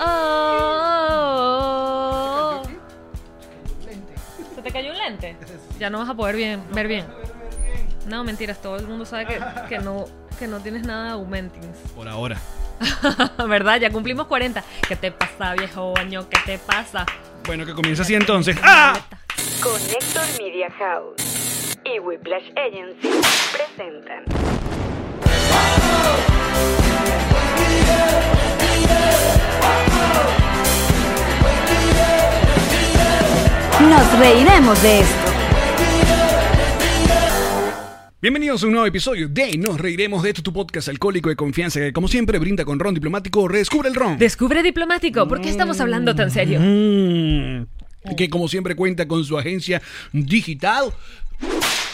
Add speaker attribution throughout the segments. Speaker 1: Oh. lentes, ya no vas a poder bien, ver bien. No, mentiras, todo el mundo sabe que, que no, que no tienes nada de aumentings.
Speaker 2: Por ahora.
Speaker 1: ¿Verdad? Ya cumplimos 40. ¿Qué te pasa, viejo baño? ¿Qué te pasa?
Speaker 2: Bueno, que comienza así entonces. ¡Ah!
Speaker 3: Connector Media House y Whiplash Agency presentan
Speaker 4: Nos reiremos de esto.
Speaker 2: Bienvenidos a un nuevo episodio de Nos Reiremos de esto, tu podcast alcohólico de confianza que como siempre brinda con ron diplomático, redescubre el ron.
Speaker 1: Descubre diplomático. ¿Por qué estamos hablando tan serio?
Speaker 2: Mm, que como siempre cuenta con su agencia digital.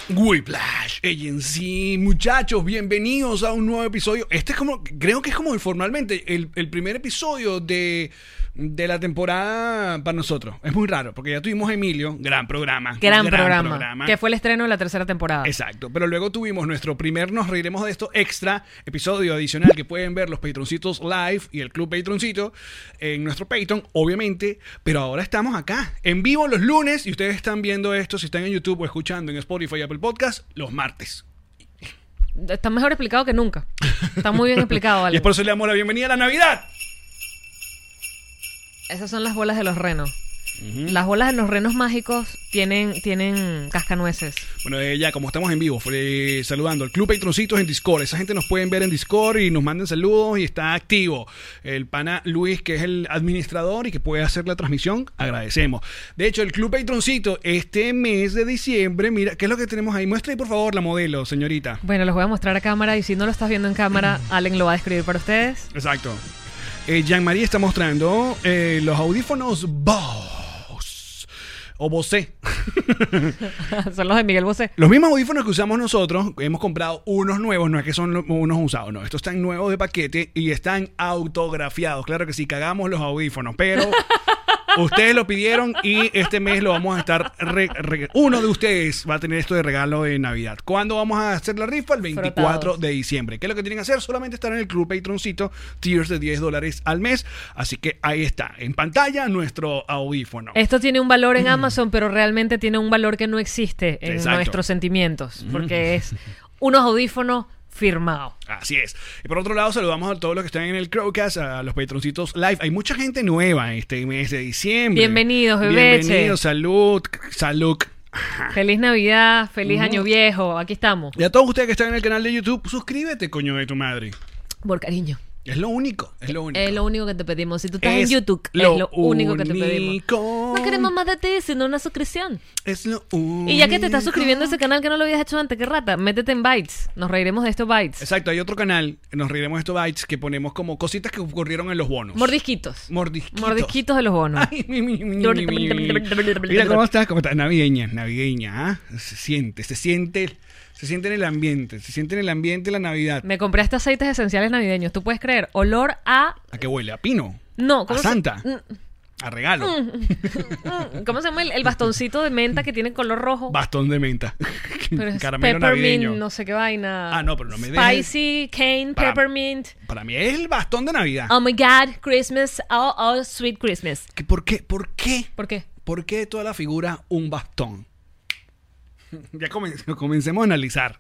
Speaker 2: Whiplash Agency, muchachos, bienvenidos a un nuevo episodio. Este es como, creo que es como informalmente el, el primer episodio de, de la temporada para nosotros. Es muy raro, porque ya tuvimos a Emilio, gran programa.
Speaker 1: Gran, programa, Que fue el estreno de la tercera temporada.
Speaker 2: Exacto, pero luego tuvimos nuestro primer Nos Reiremos de esto extra, episodio adicional que pueden ver los Patroncitos Live y el Club Patroncito en nuestro Patreon, obviamente, pero ahora estamos acá, en vivo los lunes y ustedes están viendo esto, si están en YouTube o escuchando en Spotify y Apple Podcast, los martes.
Speaker 1: Está mejor explicado que nunca. Está muy bien explicado,
Speaker 2: Y
Speaker 1: Ale.
Speaker 2: es por eso le damos la bienvenida a la Navidad.
Speaker 1: Esas son las bolas de los renos. Las bolas de los renos mágicos tienen, tienen cascanueces.
Speaker 2: Bueno, eh, ya como estamos en vivo, fue, eh, saludando al Club Patroncitos en Discord. Esa gente nos pueden ver en Discord y nos mandan saludos y está activo. El pana Luis, que es el administrador y que puede hacer la transmisión, agradecemos. De hecho, el Club Patroncito, este mes de diciembre, mira, ¿qué es lo que tenemos ahí? Muestre por favor la modelo, señorita.
Speaker 1: Bueno, los voy a mostrar a cámara y si no lo estás viendo en cámara, Allen lo va a describir para ustedes.
Speaker 2: Exacto. Eh, Jean-Marie está mostrando eh, los audífonos Bose o Bose.
Speaker 1: son los de Miguel Bosé.
Speaker 2: Los mismos audífonos que usamos nosotros, hemos comprado unos nuevos, no es que son lo- unos usados, no. Estos están nuevos de paquete y están autografiados. Claro que sí, cagamos los audífonos, pero ustedes lo pidieron y este mes lo vamos a estar. re- re- uno de ustedes va a tener esto de regalo de Navidad. ¿Cuándo vamos a hacer la rifa? El 24
Speaker 1: Frotados.
Speaker 2: de diciembre. ¿Qué es lo que tienen que hacer? Solamente estar en el club Patroncito, tiers de 10 dólares al mes. Así que ahí está, en pantalla nuestro audífono.
Speaker 1: Esto tiene un valor en Amazon, pero realmente tiene un valor que no existe en
Speaker 2: Exacto.
Speaker 1: nuestros sentimientos, porque es unos audífonos firmados.
Speaker 2: Así es. Y por otro lado, saludamos a todos los que están en el Crowcast, a los patroncitos live. Hay mucha gente nueva este mes de diciembre.
Speaker 1: Bienvenidos, bebeche.
Speaker 2: Bienvenidos, salud, salud. Ah.
Speaker 1: Feliz Navidad, feliz Año Viejo, aquí estamos.
Speaker 2: Y a todos ustedes que están en el canal de YouTube, suscríbete, coño de tu madre.
Speaker 1: Por cariño.
Speaker 2: Es lo único, es lo único.
Speaker 1: Es lo único que te pedimos. Si tú estás
Speaker 2: Es
Speaker 1: en YouTube,
Speaker 2: lo
Speaker 1: es lo único que te pedimos.
Speaker 2: único.
Speaker 1: No queremos más de ti, sino una suscripción.
Speaker 2: Es lo único.
Speaker 1: Y ya que te estás suscribiendo a ese canal que no lo habías hecho antes, qué rata, métete en Bytes. Nos reiremos de estos Bytes.
Speaker 2: Exacto, hay otro canal, nos reiremos de estos bytes, que ponemos como cositas que ocurrieron en los bonos.
Speaker 1: Mordisquitos.
Speaker 2: Mordisquitos.
Speaker 1: Mordisquitos de los bonos.
Speaker 2: Ay, mi, mi, mi, mi, mi, mi. Mira cómo estás, cómo estás. Navideña, navideña. ¿ah? Se siente, se siente, se siente en el ambiente, se siente en el ambiente la Navidad.
Speaker 1: Me compré hasta aceites esenciales navideños. ¿Tú puedes creer? Olor a
Speaker 2: ¿A qué huele? ¿A pino?
Speaker 1: No,
Speaker 2: ¿A
Speaker 1: ¿cómo se-
Speaker 2: santa?
Speaker 1: Mm,
Speaker 2: ¿A regalo?
Speaker 1: mm, ¿Cómo se llama el, el bastoncito de menta que tiene color rojo?
Speaker 2: Bastón de menta.
Speaker 1: Pero es
Speaker 2: Caramelo
Speaker 1: peppermint,
Speaker 2: navideño.
Speaker 1: no sé qué vaina.
Speaker 2: Ah, no, pero no me dejes-
Speaker 1: Spicy, cane,
Speaker 2: Para-
Speaker 1: peppermint.
Speaker 2: Para mí es el bastón de Navidad.
Speaker 1: Oh my God, Christmas, oh, oh, sweet Christmas.
Speaker 2: ¿Qué- ¿Por qué? ¿Por qué?
Speaker 1: ¿Por qué?
Speaker 2: ¿Por qué de toda la figura un bastón? ya comen- comencemos a analizar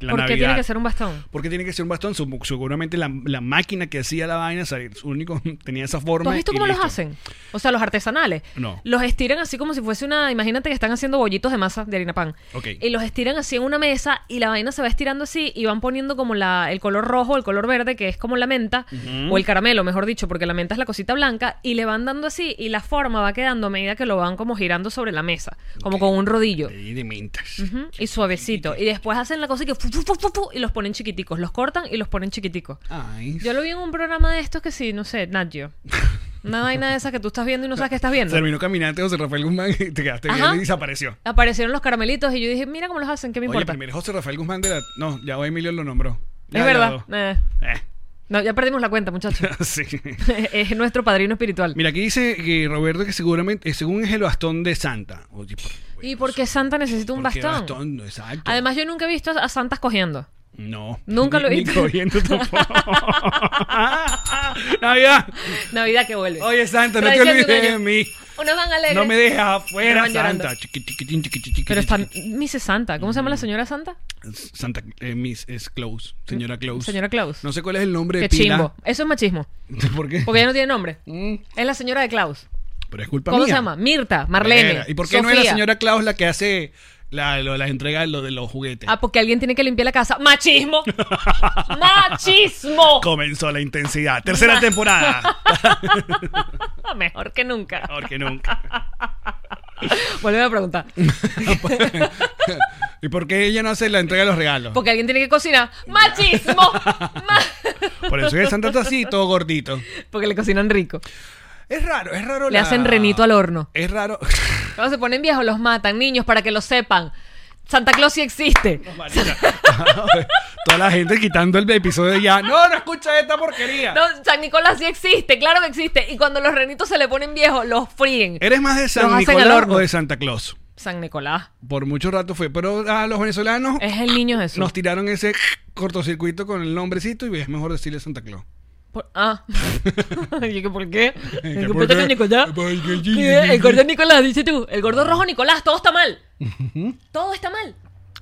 Speaker 2: la
Speaker 1: ¿Por
Speaker 2: Navidad.
Speaker 1: qué tiene que ser un bastón?
Speaker 2: ¿Por qué tiene que ser un bastón? Sup- Seguramente la, la máquina que hacía la vaina salir, su único tenía esa forma.
Speaker 1: ¿Tú has visto
Speaker 2: y
Speaker 1: cómo los
Speaker 2: listo.
Speaker 1: hacen? O sea, los artesanales.
Speaker 2: No.
Speaker 1: Los estiran así como si fuese una. Imagínate que están haciendo bollitos de masa de harina pan.
Speaker 2: Ok.
Speaker 1: Y los estiran así en una mesa y la vaina se va estirando así y van poniendo como la, el color rojo, el color verde, que es como la menta, o el caramelo, mejor dicho, porque la menta es la cosita blanca, y le van dando así y la forma va quedando a medida que lo van como girando sobre la mesa, como
Speaker 2: Ok.
Speaker 1: con un rodillo.
Speaker 2: Ahí de mentas.
Speaker 1: Ujú, Y suavecito. Y después hacen la cosa y que fu, fu, fu, fu, fu, y los ponen chiquiticos. Los cortan y los ponen chiquiticos.
Speaker 2: Ay.
Speaker 1: Yo lo vi en un programa de estos que sí, no sé, Nat Geo. Una vaina de esas que tú estás viendo y no sabes qué estás viendo.
Speaker 2: Terminó caminante José Rafael Guzmán y te quedaste
Speaker 1: Ajá.
Speaker 2: viendo y desapareció.
Speaker 1: Aparecieron los caramelitos y yo dije, mira cómo los hacen, ¿qué me
Speaker 2: Oye,
Speaker 1: importa?
Speaker 2: primero José Rafael Guzmán de la. No, ya hoy Emilio lo nombró. Ya,
Speaker 1: es
Speaker 2: ya
Speaker 1: verdad.
Speaker 2: lo-
Speaker 1: Eh, No, ya perdimos la cuenta, muchachos.
Speaker 2: Eh, sí.
Speaker 1: es nuestro padrino espiritual.
Speaker 2: Mira, aquí dice que Roberto que seguramente, eh, según es el bastón de Santa. Oye, por-
Speaker 1: ¿Y por qué Santa necesita un
Speaker 2: ¿por qué
Speaker 1: bastón?
Speaker 2: Exacto.
Speaker 1: Además, yo nunca he visto a Santas cogiendo.
Speaker 2: No.
Speaker 1: Nunca lo he
Speaker 2: Ni-
Speaker 1: visto.
Speaker 2: Ni cogiendo tampoco. Ah, Navidad.
Speaker 1: Navidad que vuelve.
Speaker 2: Oye, Santa, no te
Speaker 1: Tradición
Speaker 2: olvides
Speaker 1: un año.
Speaker 2: de mí.
Speaker 1: Unos van alegres.
Speaker 2: No me dejes afuera,
Speaker 1: Estaban llorando.
Speaker 2: Santa. Chiqui, chiquitín, chiqui, chiqui,
Speaker 1: Pero está
Speaker 2: chiqui.
Speaker 1: Mrs. Santa. ¿Cómo se
Speaker 2: Mm.
Speaker 1: llama la señora Santa?
Speaker 2: Santa eh, Miss es Close. Señora Close.
Speaker 1: Señora Claus.
Speaker 2: No sé cuál es el nombre
Speaker 1: Qué
Speaker 2: de pila.
Speaker 1: chimbo. Eso es machismo.
Speaker 2: ¿Por qué?
Speaker 1: Porque ella no tiene nombre.
Speaker 2: Mm,
Speaker 1: Es la señora de Klaus.
Speaker 2: Pero es culpa
Speaker 1: ¿Cómo
Speaker 2: mía.
Speaker 1: se llama? Mirta, Marlene.
Speaker 2: Verga, ¿Y por qué no es la
Speaker 1: Sofía.
Speaker 2: señora Claus la que hace la, lo- las entregas de lo- de los juguetes?
Speaker 1: Ah, porque alguien tiene que limpiar la casa. ¡Machismo! ¡Machismo!
Speaker 2: Comenzó la intensidad. Tercera temporada.
Speaker 1: Ah, Mejor que nunca.
Speaker 2: Mejor que nunca.
Speaker 1: Volveme a preguntar.
Speaker 2: ¿Y por qué ella no hace la entrega de los regalos?
Speaker 1: Porque alguien tiene que cocinar. ¡Machismo! Ma-
Speaker 2: Por eso es Santa está así, todo gordito.
Speaker 1: Porque le cocinan rico.
Speaker 2: Es raro, es raro.
Speaker 1: Le hacen renito al horno.
Speaker 2: Es raro.
Speaker 1: Cuando se ponen viejos, los matan, niños, para que lo sepan. Santa Claus sí existe.
Speaker 2: Marica. Toda la gente quitando el episodio ya. No, no escucha esta porquería.
Speaker 1: No, San Nicolás sí existe, claro que existe. Y cuando los renitos se le ponen viejos, los fríen.
Speaker 2: ¿Eres más de
Speaker 1: Los
Speaker 2: San
Speaker 1: hacen al
Speaker 2: Nicolás
Speaker 1: horno.
Speaker 2: o de Santa Claus?
Speaker 1: San Nicolás.
Speaker 2: Por mucho rato fue. Pero a los venezolanos
Speaker 1: Es el niño Jesús.
Speaker 2: nos tiraron ese cortocircuito con el nombrecito y es mejor decirle Santa Claus.
Speaker 1: Por- ah. Yo que, ¿Por qué?
Speaker 2: ¿Que
Speaker 1: El
Speaker 2: por
Speaker 1: gordo
Speaker 2: qué?
Speaker 1: Nicolás.
Speaker 2: Ay, que sí, sí,
Speaker 1: ¿Qué?
Speaker 2: sí. Ah.
Speaker 1: El gordo Nicolás, dice tú. El gordo rojo Nicolás, todo está mal. Todo está mal.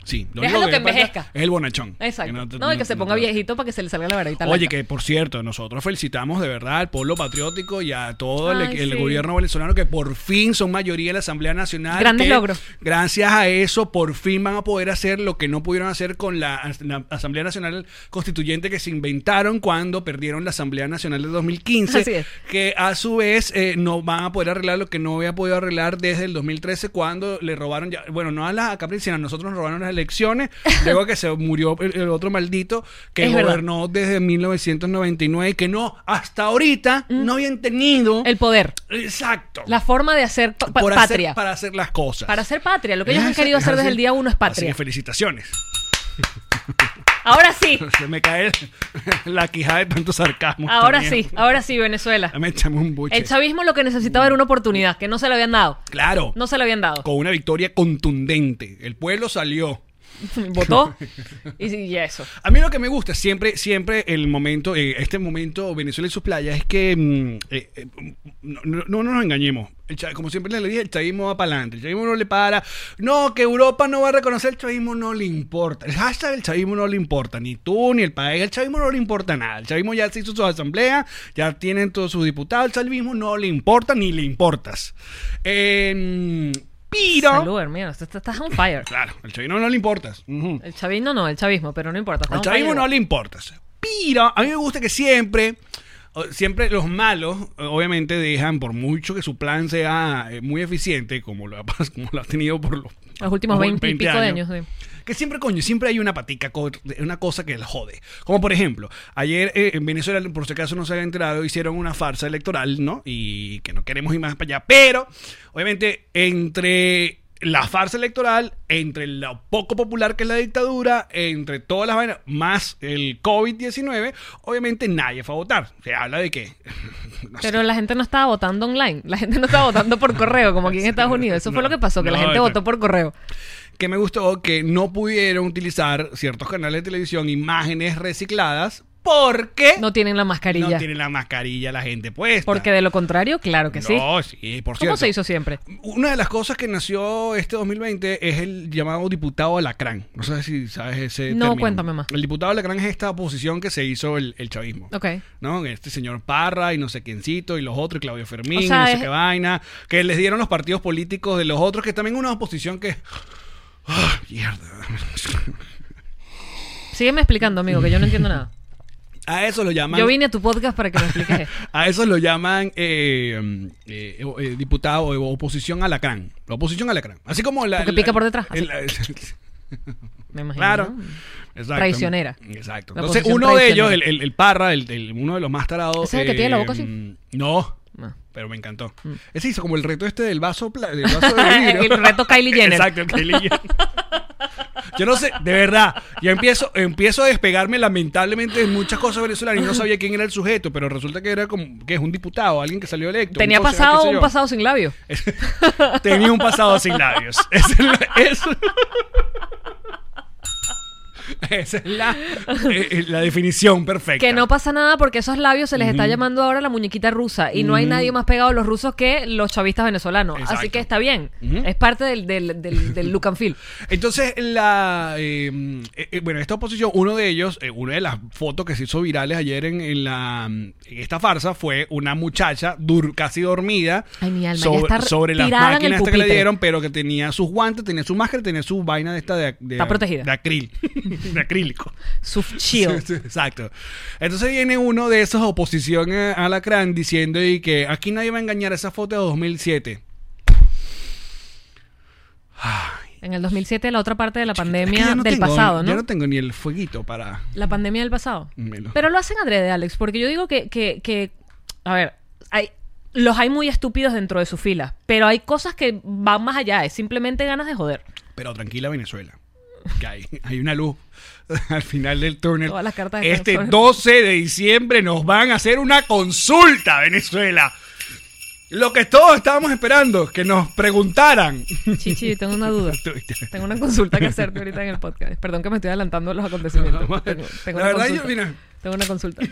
Speaker 2: Sí, lo
Speaker 1: Déjalo
Speaker 2: único
Speaker 1: que
Speaker 2: le pasa
Speaker 1: envejezca.
Speaker 2: Es el bonachón.
Speaker 1: Exacto.
Speaker 2: Que
Speaker 1: No,
Speaker 2: te-
Speaker 1: y que se
Speaker 2: no-
Speaker 1: ponga
Speaker 2: no-
Speaker 1: viejito para que se le salga la varita.
Speaker 2: Oye,
Speaker 1: blanca.
Speaker 2: que por cierto, nosotros felicitamos de verdad al pueblo patriótico y a todo el,
Speaker 1: Ay,
Speaker 2: el
Speaker 1: sí.
Speaker 2: gobierno venezolano que por fin son mayoría en la Asamblea Nacional.
Speaker 1: Grandes
Speaker 2: que
Speaker 1: logros.
Speaker 2: Gracias a eso, por fin van a poder hacer lo que no pudieron hacer con la, as- la Asamblea Nacional Constituyente que se inventaron cuando perdieron la Asamblea Nacional de 2015.
Speaker 1: Así es.
Speaker 2: Que a su vez eh, no van a poder arreglar lo que no había podido arreglar desde el 2013 cuando le robaron, ya, bueno, no a la a Capri, sino a nosotros nos robaron las elecciones, luego que se murió el, el otro maldito que
Speaker 1: Es verdad.
Speaker 2: gobernó no desde 1999 y que no, hasta ahorita no habían tenido
Speaker 1: Mm. El poder.
Speaker 2: exacto
Speaker 1: La forma de hacer pa-
Speaker 2: por hacer-
Speaker 1: patria.
Speaker 2: para hacer las cosas.
Speaker 1: para hacer patria. Lo que ellos
Speaker 2: Es
Speaker 1: han
Speaker 2: así,
Speaker 1: querido
Speaker 2: es
Speaker 1: hacer desde
Speaker 2: así.
Speaker 1: el día uno es
Speaker 2: Así
Speaker 1: patria.
Speaker 2: que felicitaciones.
Speaker 1: Ahora sí.
Speaker 2: Se me cae la quijada de tanto sarcasmo.
Speaker 1: Ahora
Speaker 2: también.
Speaker 1: sí. Ahora sí, Venezuela.
Speaker 2: Dame, échame un buche.
Speaker 1: El chavismo lo que necesitaba era una oportunidad, que no se la habían dado.
Speaker 2: Claro.
Speaker 1: No se la habían dado.
Speaker 2: Con una victoria contundente. El pueblo salió.
Speaker 1: Votó y, y eso.
Speaker 2: A mí lo que me gusta siempre, siempre el momento, eh, este momento Venezuela y sus playas es que mm, eh, eh, no, no- no nos engañemos. El cha- como siempre le dije, el chavismo va para adelante. El chavismo no le para. No, que Europa no va a reconocer el chavismo, no le importa. El hashtag del chavismo no le importa. Ni tú, ni el país. El chavismo no le importa nada. El chavismo ya se hizo su asamblea, ya tienen todos sus diputados. El chavismo no le importa, ni le importas. Eh, pero.
Speaker 1: Salud, hermano. Estás estás on fire.
Speaker 2: Claro, el chavismo no le importas. Ujú.
Speaker 1: El chavismo no, el chavismo, pero no importa.
Speaker 2: Al
Speaker 1: estamos
Speaker 2: chavismo
Speaker 1: para
Speaker 2: no
Speaker 1: allá.
Speaker 2: le importa. Pero a mí me gusta que siempre, o- siempre los malos, eh, obviamente, dejan, por mucho que su plan sea eh, muy eficiente, como lo ha, pas- como lo ha tenido por los,
Speaker 1: Los últimos
Speaker 2: por
Speaker 1: 20 y pico de años,
Speaker 2: Que siempre, coño, siempre hay una patica, co- una cosa que les jode. Como por ejemplo, ayer eh, en Venezuela, por si acaso no se había enterado, hicieron una farsa electoral, ¿no? Y que no queremos ir más para allá. Pero, obviamente, entre la farsa electoral, entre lo poco popular que es la dictadura, entre todas las vainas, más el COVID-19, obviamente nadie fue a votar. Se habla de que
Speaker 1: Pero la gente no estaba votando online, la gente no estaba votando por correo, como aquí en Estados Unidos. Eso fue
Speaker 2: No,
Speaker 1: lo que pasó, que la
Speaker 2: no,
Speaker 1: gente
Speaker 2: eso-
Speaker 1: votó por correo.
Speaker 2: que me gustó que no pudieron utilizar ciertos canales de televisión imágenes recicladas porque
Speaker 1: No tienen la
Speaker 2: no
Speaker 1: mascarilla.
Speaker 2: tienen la mascarilla la gente puesta.
Speaker 1: Porque de lo contrario, claro que sí.
Speaker 2: No, sí, por
Speaker 1: ¿Cómo
Speaker 2: cierto.
Speaker 1: se hizo siempre?
Speaker 2: Una de las cosas que nació este 2020 es el llamado diputado alacrán. No sé si sabes ese
Speaker 1: No,
Speaker 2: término.
Speaker 1: cuéntame más.
Speaker 2: El diputado alacrán es esta oposición que se hizo el, el chavismo.
Speaker 1: Ok.
Speaker 2: ¿no? Este señor Parra y no sé quiéncito y los otros, y Claudio Fermín,
Speaker 1: O sea,
Speaker 2: y no sé
Speaker 1: es-
Speaker 2: qué vaina, que les dieron los partidos políticos de los otros, que también una oposición que... Ah, mierda.
Speaker 1: Sígueme explicando, amigo, que yo no entiendo nada.
Speaker 2: A eso lo llaman...
Speaker 1: Yo vine a tu podcast para que me expliques esto.
Speaker 2: A eso lo llaman eh, eh, eh, eh, diputado o oposición alacrán. La oposición alacrán. Así como la...
Speaker 1: Porque
Speaker 2: la-
Speaker 1: pica por detrás,
Speaker 2: el-
Speaker 1: Me imagino.
Speaker 2: Claro.
Speaker 1: ¿no?
Speaker 2: Exacto.
Speaker 1: Traicionera.
Speaker 2: Exacto.
Speaker 1: La
Speaker 2: Entonces,
Speaker 1: oposición
Speaker 2: uno de ellos,
Speaker 1: traicionera.
Speaker 2: el, el- el Parra, el, el- uno de los más tarados.
Speaker 1: ¿Ese es el que tiene la boca así?
Speaker 2: mm, No.
Speaker 1: No. Mm.
Speaker 2: Pero me encantó. Ese hizo como el reto este del vaso, pla- del vaso de vidrio.
Speaker 1: El reto Kylie Jenner.
Speaker 2: Exacto, el Kylie Jenner. Yo no sé, de verdad, yo empiezo, empiezo a despegarme lamentablemente de muchas cosas venezolanas y no sabía quién era el sujeto, pero resulta que era como que es un diputado, alguien que salió electo.
Speaker 1: Tenía
Speaker 2: un concejal,
Speaker 1: pasado
Speaker 2: qué sé
Speaker 1: un
Speaker 2: yo.
Speaker 1: pasado sin labio.
Speaker 2: Tenía un pasado sin labios. Es, el- es- Esa es la, eh, la definición perfecta.
Speaker 1: Que no pasa nada porque esos labios se les está llamando ahora la muñequita rusa y no hay nadie más pegado a los rusos que los chavistas venezolanos. Así
Speaker 2: Exacto.
Speaker 1: que está bien. Es parte del, del, del, del look and feel.
Speaker 2: Entonces, la eh, eh, bueno, esta oposición, uno de ellos, eh, una de las fotos que se hizo virales ayer en, en la en esta farsa fue una muchacha dur- casi dormida
Speaker 1: Ay, mi alma, ya
Speaker 2: sobre,
Speaker 1: está
Speaker 2: sobre las
Speaker 1: tirada en el
Speaker 2: máquinas estas que le
Speaker 1: pupitre.
Speaker 2: dieron, pero que tenía sus guantes, tenía su máscara, tenía su vaina de esta de, de-
Speaker 1: Está protegida.
Speaker 2: de acril, de acrílico.
Speaker 1: Su chill.
Speaker 2: Sí, sí, Exacto. Entonces viene uno de esos oposición a Alacrán diciendo y que aquí nadie va a engañar esa foto de 2007.
Speaker 1: En el 2007, la otra parte de la
Speaker 2: Es que
Speaker 1: pandemia
Speaker 2: ya no
Speaker 1: Eh, del
Speaker 2: tengo-
Speaker 1: pasado,
Speaker 2: Ya
Speaker 1: ¿no?
Speaker 2: no tengo ni el fueguito para...
Speaker 1: La pandemia del pasado.
Speaker 2: Melo.
Speaker 1: Pero lo hacen adrede, Alex, porque yo digo que, que, que a ver, hay, los hay muy estúpidos dentro de su fila, pero hay cosas que van más allá, es simplemente ganas de joder.
Speaker 2: Pero tranquila Venezuela. Que hay, hay una luz al final del túnel.
Speaker 1: Todas las cartas de
Speaker 2: este
Speaker 1: Venezuela.
Speaker 2: 12 de diciembre nos van a hacer una consulta, Venezuela. Lo que todos estábamos esperando, que nos preguntaran.
Speaker 1: Chichi, tengo una duda. Tengo una consulta que hacerte ahorita en el podcast. Perdón que me estoy adelantando a los acontecimientos.
Speaker 2: No,
Speaker 1: Tengo, tengo
Speaker 2: la
Speaker 1: una
Speaker 2: verdad, yo,
Speaker 1: consulta.
Speaker 2: mira.
Speaker 1: Tengo una consulta.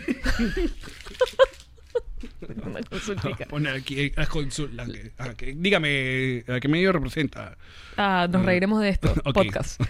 Speaker 1: Tengo una consultica.
Speaker 2: Poner aquí eh, las consultas. que- ah, que- dígame, ¿a qué medio representa?
Speaker 1: Ah, nos reiremos de esto.
Speaker 2: Ok.
Speaker 1: Podcast.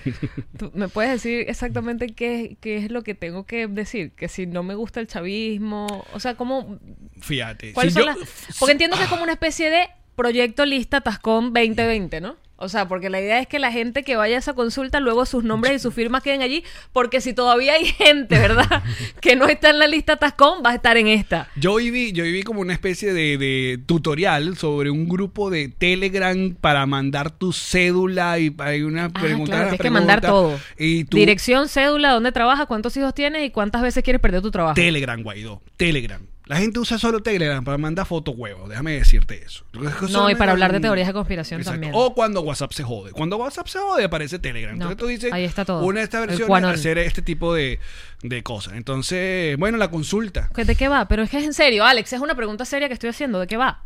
Speaker 1: ¿Tú ¿Me puedes decir exactamente qué, qué es lo que tengo que decir? Que si no me gusta el chavismo, o sea, ¿cómo,
Speaker 2: Fíjate.
Speaker 1: ¿Cuáles
Speaker 2: si
Speaker 1: son
Speaker 2: yo-
Speaker 1: las- Porque entiendo que es como una especie de proyecto lista Tascón 2020, ¿no? O sea, porque la idea es que la gente que vaya a esa consulta, luego sus nombres y sus firmas queden allí, porque si todavía hay gente, ¿verdad? que no está en la lista Tascón, va a estar en esta.
Speaker 2: Yo viví, yo viví como una especie de, de tutorial sobre un grupo de Telegram para mandar tu cédula y hay una
Speaker 1: Ah,
Speaker 2: pregunta.
Speaker 1: claro,
Speaker 2: una
Speaker 1: tienes que mandar
Speaker 2: pregunta.
Speaker 1: todo.
Speaker 2: Y tu
Speaker 1: Dirección, cédula, dónde trabajas, cuántos hijos tienes y cuántas veces quieres perder tu trabajo.
Speaker 2: Telegram, Guaidó. Telegram. La gente usa solo Telegram para mandar fotos huevo. Déjame decirte eso.
Speaker 1: no, y para
Speaker 2: Solamente-
Speaker 1: hablar de teorías de conspiración
Speaker 2: Exacto.
Speaker 1: también.
Speaker 2: O cuando WhatsApp se jode. Cuando WhatsApp se jode aparece Telegram.
Speaker 1: No,
Speaker 2: Entonces tú dices,
Speaker 1: ahí está todo.
Speaker 2: una de estas
Speaker 1: El
Speaker 2: versiones
Speaker 1: cuanón.
Speaker 2: hacer este tipo de, de cosas. Entonces, bueno, la consulta.
Speaker 1: ¿De qué va? Pero es que es en serio, Alex, es una pregunta seria que estoy haciendo. ¿De qué va?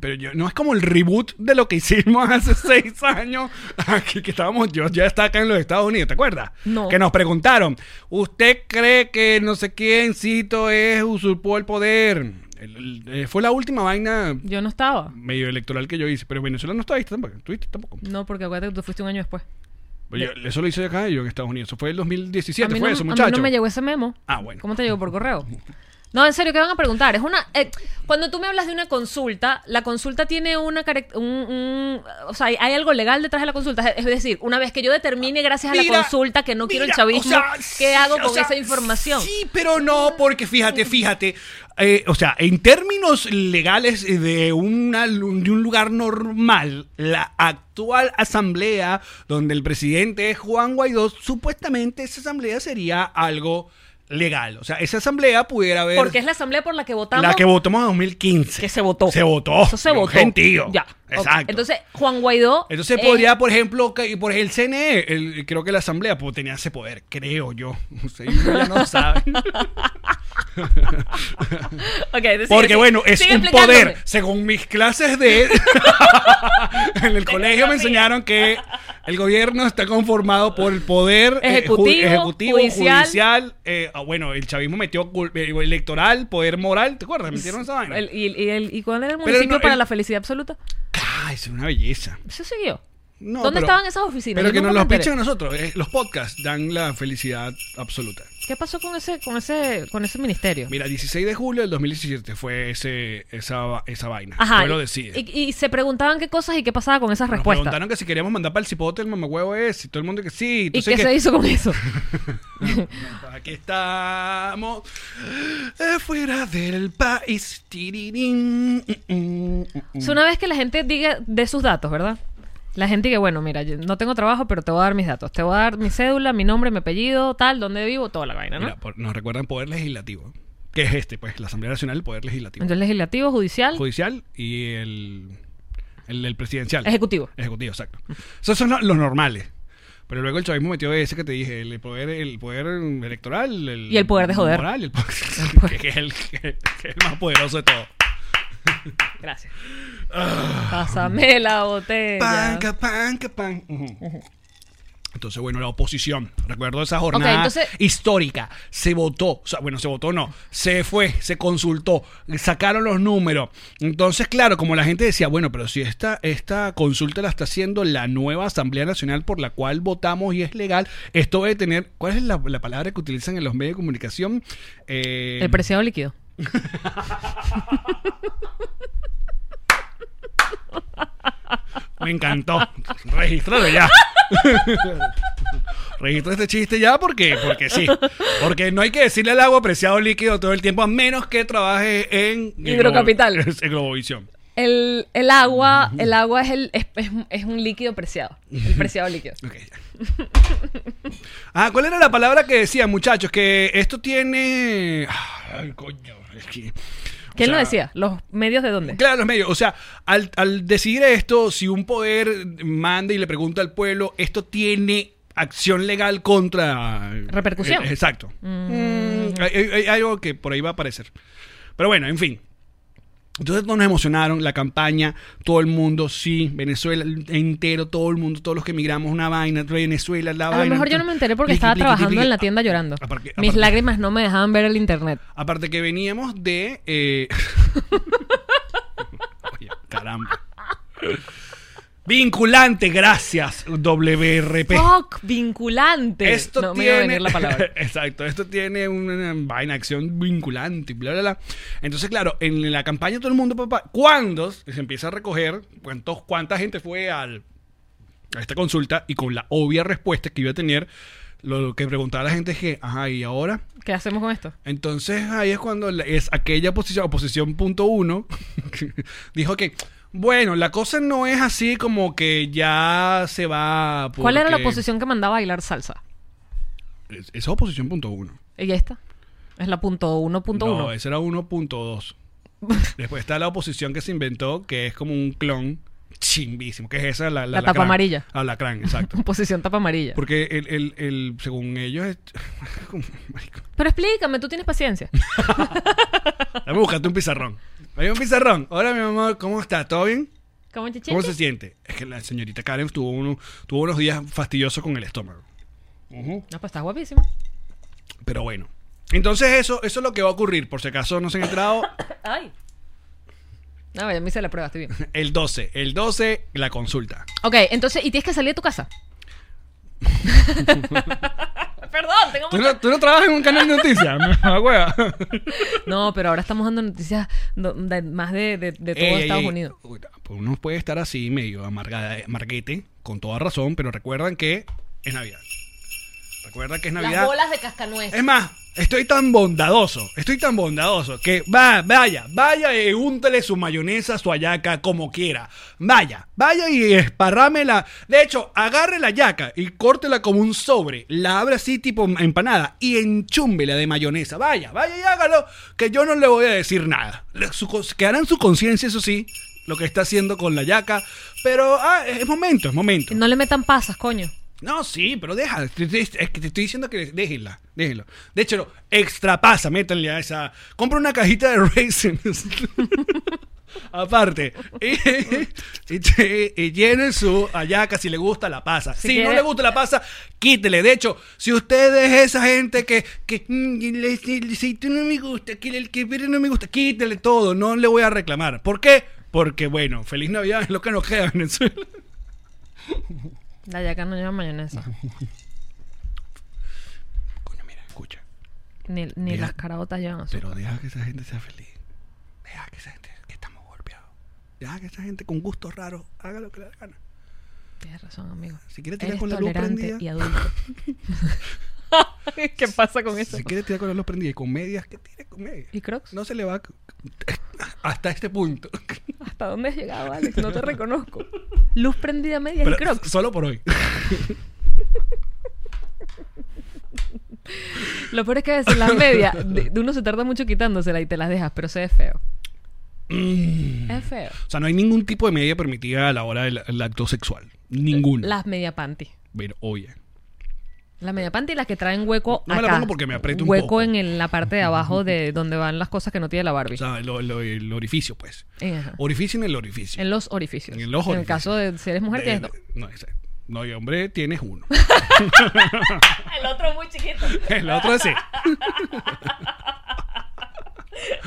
Speaker 2: Pero yo, no es como el reboot de lo que hicimos hace seis años, aquí que estábamos, yo ya está acá en los Estados Unidos, ¿te acuerdas?
Speaker 1: No.
Speaker 2: Que nos preguntaron, ¿usted cree que no sé quién cito es usurpó el poder? El- el- eh, fue la última vaina
Speaker 1: Yo no estaba.
Speaker 2: medio electoral que yo hice, pero Venezuela no estaba ahí tampoco, ¿tuviste? tampoco.
Speaker 1: No, porque acuérdate que tú fuiste un año después.
Speaker 2: Pero yo- eso lo hice acá y yo en Estados Unidos, eso fue el 2017,
Speaker 1: a mí
Speaker 2: fue
Speaker 1: no,
Speaker 2: eso,
Speaker 1: a mí
Speaker 2: muchacho.
Speaker 1: no me llegó ese memo.
Speaker 2: Ah, bueno.
Speaker 1: ¿Cómo te llegó por correo? No, en serio, ¿qué van a preguntar? Es una eh, cuando tú me hablas de una consulta, la consulta tiene una característica, o sea, hay, hay algo legal detrás de la consulta, es decir, una vez que yo determine gracias a
Speaker 2: Mira,
Speaker 1: la consulta que no quiero el
Speaker 2: mira,
Speaker 1: chavismo,
Speaker 2: o sea,
Speaker 1: ¿qué
Speaker 2: sí,
Speaker 1: hago
Speaker 2: o
Speaker 1: con
Speaker 2: sea,
Speaker 1: esa información?
Speaker 2: Sí, pero no, porque fíjate, fíjate. eh, o sea, en términos legales de, una, lu- de un lugar normal, la actual asamblea donde el presidente es Juan Guaidó, supuestamente esa asamblea sería algo legal. O sea, esa asamblea pudiera haber...
Speaker 1: Porque es la asamblea por la que votamos.
Speaker 2: la que votamos en 2015.
Speaker 1: que se votó.
Speaker 2: Se votó.
Speaker 1: Eso se
Speaker 2: de un
Speaker 1: votó.
Speaker 2: Gentío.
Speaker 1: Ya. ok.
Speaker 2: Exacto.
Speaker 1: Entonces, Juan Guaidó
Speaker 2: Entonces
Speaker 1: eh,
Speaker 2: podría, por ejemplo, que- por el CNE, el- creo que la Asamblea pues, tenía ese poder, creo yo. O sea, uno ya no sabe.
Speaker 1: ok, sigue,
Speaker 2: Porque
Speaker 1: sigue.
Speaker 2: bueno, es
Speaker 1: Sigue
Speaker 2: un
Speaker 1: explicándome.
Speaker 2: poder. Según mis clases de... en el colegio me enseñaron que el gobierno está conformado por el poder eh, ju-
Speaker 1: Ejecutivo,
Speaker 2: ejecutivo,
Speaker 1: judicial.
Speaker 2: judicial. eh, ah, bueno, el chavismo metió cul- eh, electoral, poder moral, ¿te acuerdas? Metieron esa vaina.
Speaker 1: El- y, y el- ¿y cuál era el
Speaker 2: Pero
Speaker 1: municipio
Speaker 2: no,
Speaker 1: para
Speaker 2: el-
Speaker 1: la felicidad absoluta?
Speaker 2: Ah, es una belleza.
Speaker 1: Eso siguió.
Speaker 2: No,
Speaker 1: ¿Dónde
Speaker 2: pero-
Speaker 1: estaban esas oficinas?
Speaker 2: Pero
Speaker 1: Yo
Speaker 2: que
Speaker 1: nunca
Speaker 2: nos
Speaker 1: me
Speaker 2: lo
Speaker 1: enteré.
Speaker 2: pichen a nosotros. eh, los podcasts dan la felicidad absoluta.
Speaker 1: ¿Qué pasó con ese, con ese, con ese ministerio?
Speaker 2: Mira, 16 de julio del 2017 fue ese, esa, va- esa vaina.
Speaker 1: Ajá.
Speaker 2: Pueblo
Speaker 1: y-
Speaker 2: decide.
Speaker 1: Y, y se preguntaban qué cosas y qué pasaba con esas
Speaker 2: Nos
Speaker 1: respuestas.
Speaker 2: preguntaron que si queríamos mandar para el cipote el mamagüevo ese. Y todo el mundo que sí.
Speaker 1: ¿Y
Speaker 2: Entonces
Speaker 1: qué
Speaker 2: que, pues,
Speaker 1: se hizo con eso?
Speaker 2: Aquí estamos. eh, Fuera del país. Tirirín, mm, mm, mm,
Speaker 1: O
Speaker 2: mm.
Speaker 1: sea, una vez que la gente diga de sus datos, ¿verdad? La gente que, bueno, mira, yo no tengo trabajo, pero te voy a dar mis datos. Te voy a dar mi cédula, mi nombre, mi apellido, tal, dónde vivo, toda la vaina, ¿no?
Speaker 2: Mira, por- nos recuerdan poder legislativo. Que es este, pues, la Asamblea Nacional, el poder legislativo.
Speaker 1: Entonces, legislativo, judicial,
Speaker 2: judicial y el, el, el presidencial.
Speaker 1: ejecutivo.
Speaker 2: Ejecutivo, exacto. Esos son lo- los normales. Pero luego el chavismo metió ese que te dije, el poder, el poder electoral. El
Speaker 1: Y el poder de joder.
Speaker 2: moral, el po-
Speaker 1: poder.
Speaker 2: que, es el, que es el más poderoso de todo.
Speaker 1: Gracias.
Speaker 2: Ah.
Speaker 1: Pásame la botella.
Speaker 2: Pan, ca, pan, ca, pan. Ujú. Entonces, bueno, la oposición, recuerdo esa jornada
Speaker 1: entonces-
Speaker 2: histórica, se votó, o sea, bueno, se votó no, se fue, se consultó, sacaron los números. Entonces, claro, como la gente decía, bueno, pero si esta, esta consulta la está haciendo la nueva Asamblea Nacional por la cual votamos y es legal, esto debe tener, ¿cuál es la, la palabra que utilizan en los medios de comunicación? Eh,
Speaker 1: El preciado líquido.
Speaker 2: Me encantó. Regístralo ya. Registra este chiste ya porque, porque sí. Porque no hay que decirle al agua preciado líquido todo el tiempo, a menos que trabajes en en
Speaker 1: Hidrocapital.
Speaker 2: Globo- En Globovisión.
Speaker 1: El, el agua, el agua es, el, es, es- es un líquido preciado. El preciado líquido.
Speaker 2: Ok, ya. Ah, ¿cuál era la palabra que decía, muchachos? Que esto tiene. Ay, coño. es que-
Speaker 1: ¿Quién
Speaker 2: o
Speaker 1: lo
Speaker 2: sea,
Speaker 1: decía? ¿Los medios de dónde?
Speaker 2: Claro, los medios. O sea, al, al decidir esto, si un poder manda y le pregunta al pueblo, esto tiene acción legal contra...
Speaker 1: Repercusión.
Speaker 2: Eh, exacto. Mm, hay, hay- hay algo que por ahí va a aparecer. Pero bueno, en fin. Entonces todos nos emocionaron, la campaña, todo el mundo, sí, Venezuela entero, todo el mundo, todos los que emigramos, una vaina, Venezuela, la
Speaker 1: A
Speaker 2: vaina.
Speaker 1: lo mejor yo no me enteré porque estaba trabajando en la tienda llorando.
Speaker 2: Aparte-
Speaker 1: Mis
Speaker 2: Ah, aparte-
Speaker 1: lágrimas no me dejaban ver el internet.
Speaker 2: Aparte que veníamos de. eh, Oye, caramba. Vinculante, gracias, WRP.
Speaker 1: ¡Fuck! Vinculante.
Speaker 2: Esto
Speaker 1: no me
Speaker 2: tiene.
Speaker 1: iba a venir la palabra.
Speaker 2: Exacto, esto tiene una vaina, acción vinculante, y bla, bla, bla. Entonces, claro, en la campaña todo el mundo, papá, ¿cuándo se empieza a recoger cuántos, cuánta gente fue al, a esta consulta? Y con la obvia respuesta que iba a tener, lo que preguntaba la gente es que, ajá, ¿y ahora?
Speaker 1: ¿Qué hacemos con esto?
Speaker 2: Entonces ahí es cuando la- es aquella posición, oposición punto uno, dijo que, bueno, la cosa no es así como que ya se va...
Speaker 1: ¿Cuál era la
Speaker 2: porque-
Speaker 1: oposición que mandaba a bailar salsa?
Speaker 2: Es- Esa es oposición punto uno.
Speaker 1: ¿Y esta? Es la punto uno, punto
Speaker 2: no,
Speaker 1: uno.
Speaker 2: esa era 1.2. Después está la oposición que se inventó, que es como un clon chimbísimo, que es esa, la,
Speaker 1: La tapa
Speaker 2: alacrán.
Speaker 1: amarilla.
Speaker 2: Alacrán, exacto.
Speaker 1: Oposición tapa amarilla.
Speaker 2: Porque el, el- el- según ellos, es- como- marico.
Speaker 1: Pero explícame, tú tienes paciencia.
Speaker 2: Dame, buscarte un pizarrón. Hay un pizarrón. Hola, mi amor, ¿cómo está? ¿Todo bien?
Speaker 1: ¿Cómo,
Speaker 2: ¿Cómo se siente? Es que la señorita Karen tuvo, uno- tuvo unos días fastidiosos con el estómago.
Speaker 1: No, pues estás guapísimo.
Speaker 2: Pero bueno. Entonces eso, eso es lo que va a ocurrir. Por si acaso no se han entrado,
Speaker 1: Ay. No, ya me hice la prueba, estoy bien.
Speaker 2: el 12. El 12, la consulta.
Speaker 1: Ok, entonces, y tienes que salir de tu casa. Perdón, tengo
Speaker 2: ¿Tú no, tú no trabajas en un canal de noticias? Me da hueva.
Speaker 1: No, pero ahora estamos dando noticias no- de- más de, de- de todo
Speaker 2: Ey, ey,
Speaker 1: Estados
Speaker 2: ey.
Speaker 1: Unidos.
Speaker 2: Uy, pues Uno puede estar así medio amargada, amarguete, con toda razón, pero recuerdan que es Navidad. Recuerdan que es Navidad.
Speaker 1: de cascanueces.
Speaker 2: Es más, estoy tan bondadoso, estoy tan bondadoso que va, vaya, vaya y úntele su mayonesa, su ayaca, como quiera. Vaya, vaya y esparrámela. De hecho, agarre la yaca y córtela como un sobre, la abre así tipo empanada y enchúmbela de mayonesa. Vaya, vaya y hágalo, que yo no le voy a decir nada. Le- Su, cons- quedará en su conciencia, eso sí, lo que está haciendo con la yaca. Pero ah, es momento, es momento.
Speaker 1: No le metan pasas, coño.
Speaker 2: No, sí, pero deja. Te- te- Es que te estoy diciendo que déjenla. Déjenlo. De hecho, no, extrapasa, métanle a esa. Compra una cajita de raisins. Aparte. Y, y, y llenen su ayaca si le gusta la pasa. Si, no
Speaker 1: quiere-
Speaker 2: le gusta la pasa, quítele. De hecho, si usted es esa gente que. que mm, y le- si, si tú no me gusta, que el que pero no me gusta, quítele todo. No le voy a reclamar. ¿Por qué? Porque, bueno, feliz Navidad es lo que nos queda, Venezuela.
Speaker 1: La yaca no lleva mayonesa.
Speaker 2: Coño, mira, escucha.
Speaker 1: Ni, ni
Speaker 2: Mira.
Speaker 1: las caraotas llevan azúcar.
Speaker 2: Pero deja que esa gente sea feliz. Deja que esa gente, que estamos golpeados. Deja que esa gente con gustos raros haga lo que le da gana.
Speaker 1: Tienes razón, amigo.
Speaker 2: Si quiere tirar
Speaker 1: Eres
Speaker 2: con la luz
Speaker 1: tolerante
Speaker 2: prendida.
Speaker 1: y adulto. ¿Qué pasa con eso?
Speaker 2: Si quiere tirar con la luz prendida y con medias, que tire con medias.
Speaker 1: ¿Y Crocs?
Speaker 2: No se le va a- hasta este punto.
Speaker 1: ¿Hasta dónde has llegado, Alex? No te reconozco. Luz prendida media y
Speaker 2: Pero
Speaker 1: Crocs.
Speaker 2: Solo por hoy.
Speaker 1: Lo peor es que a veces las medias, de- de uno se tarda mucho quitándosela y te las dejas, pero se ve feo. Es feo.
Speaker 2: Mm. O sea, no hay ningún tipo de media permitida a la hora del el acto sexual. Ninguna.
Speaker 1: Las media panty.
Speaker 2: Pero oye.
Speaker 1: Las media panty y las que traen hueco
Speaker 2: No me la
Speaker 1: acá.
Speaker 2: pongo porque me aprieta un
Speaker 1: hueco
Speaker 2: poco.
Speaker 1: en el- la parte de abajo de donde van las cosas que no tiene la Barbie.
Speaker 2: O sea, lo- lo- el orificio, pues.
Speaker 1: Eh, ajá.
Speaker 2: Orificio en el orificio.
Speaker 1: En los orificios.
Speaker 2: En los
Speaker 1: el
Speaker 2: orificios.
Speaker 1: caso de si eres mujer,
Speaker 2: De-
Speaker 1: tienes dos.
Speaker 2: no, exacto. No, y hombre, tienes uno.
Speaker 1: El otro muy chiquito.
Speaker 2: El otro sí.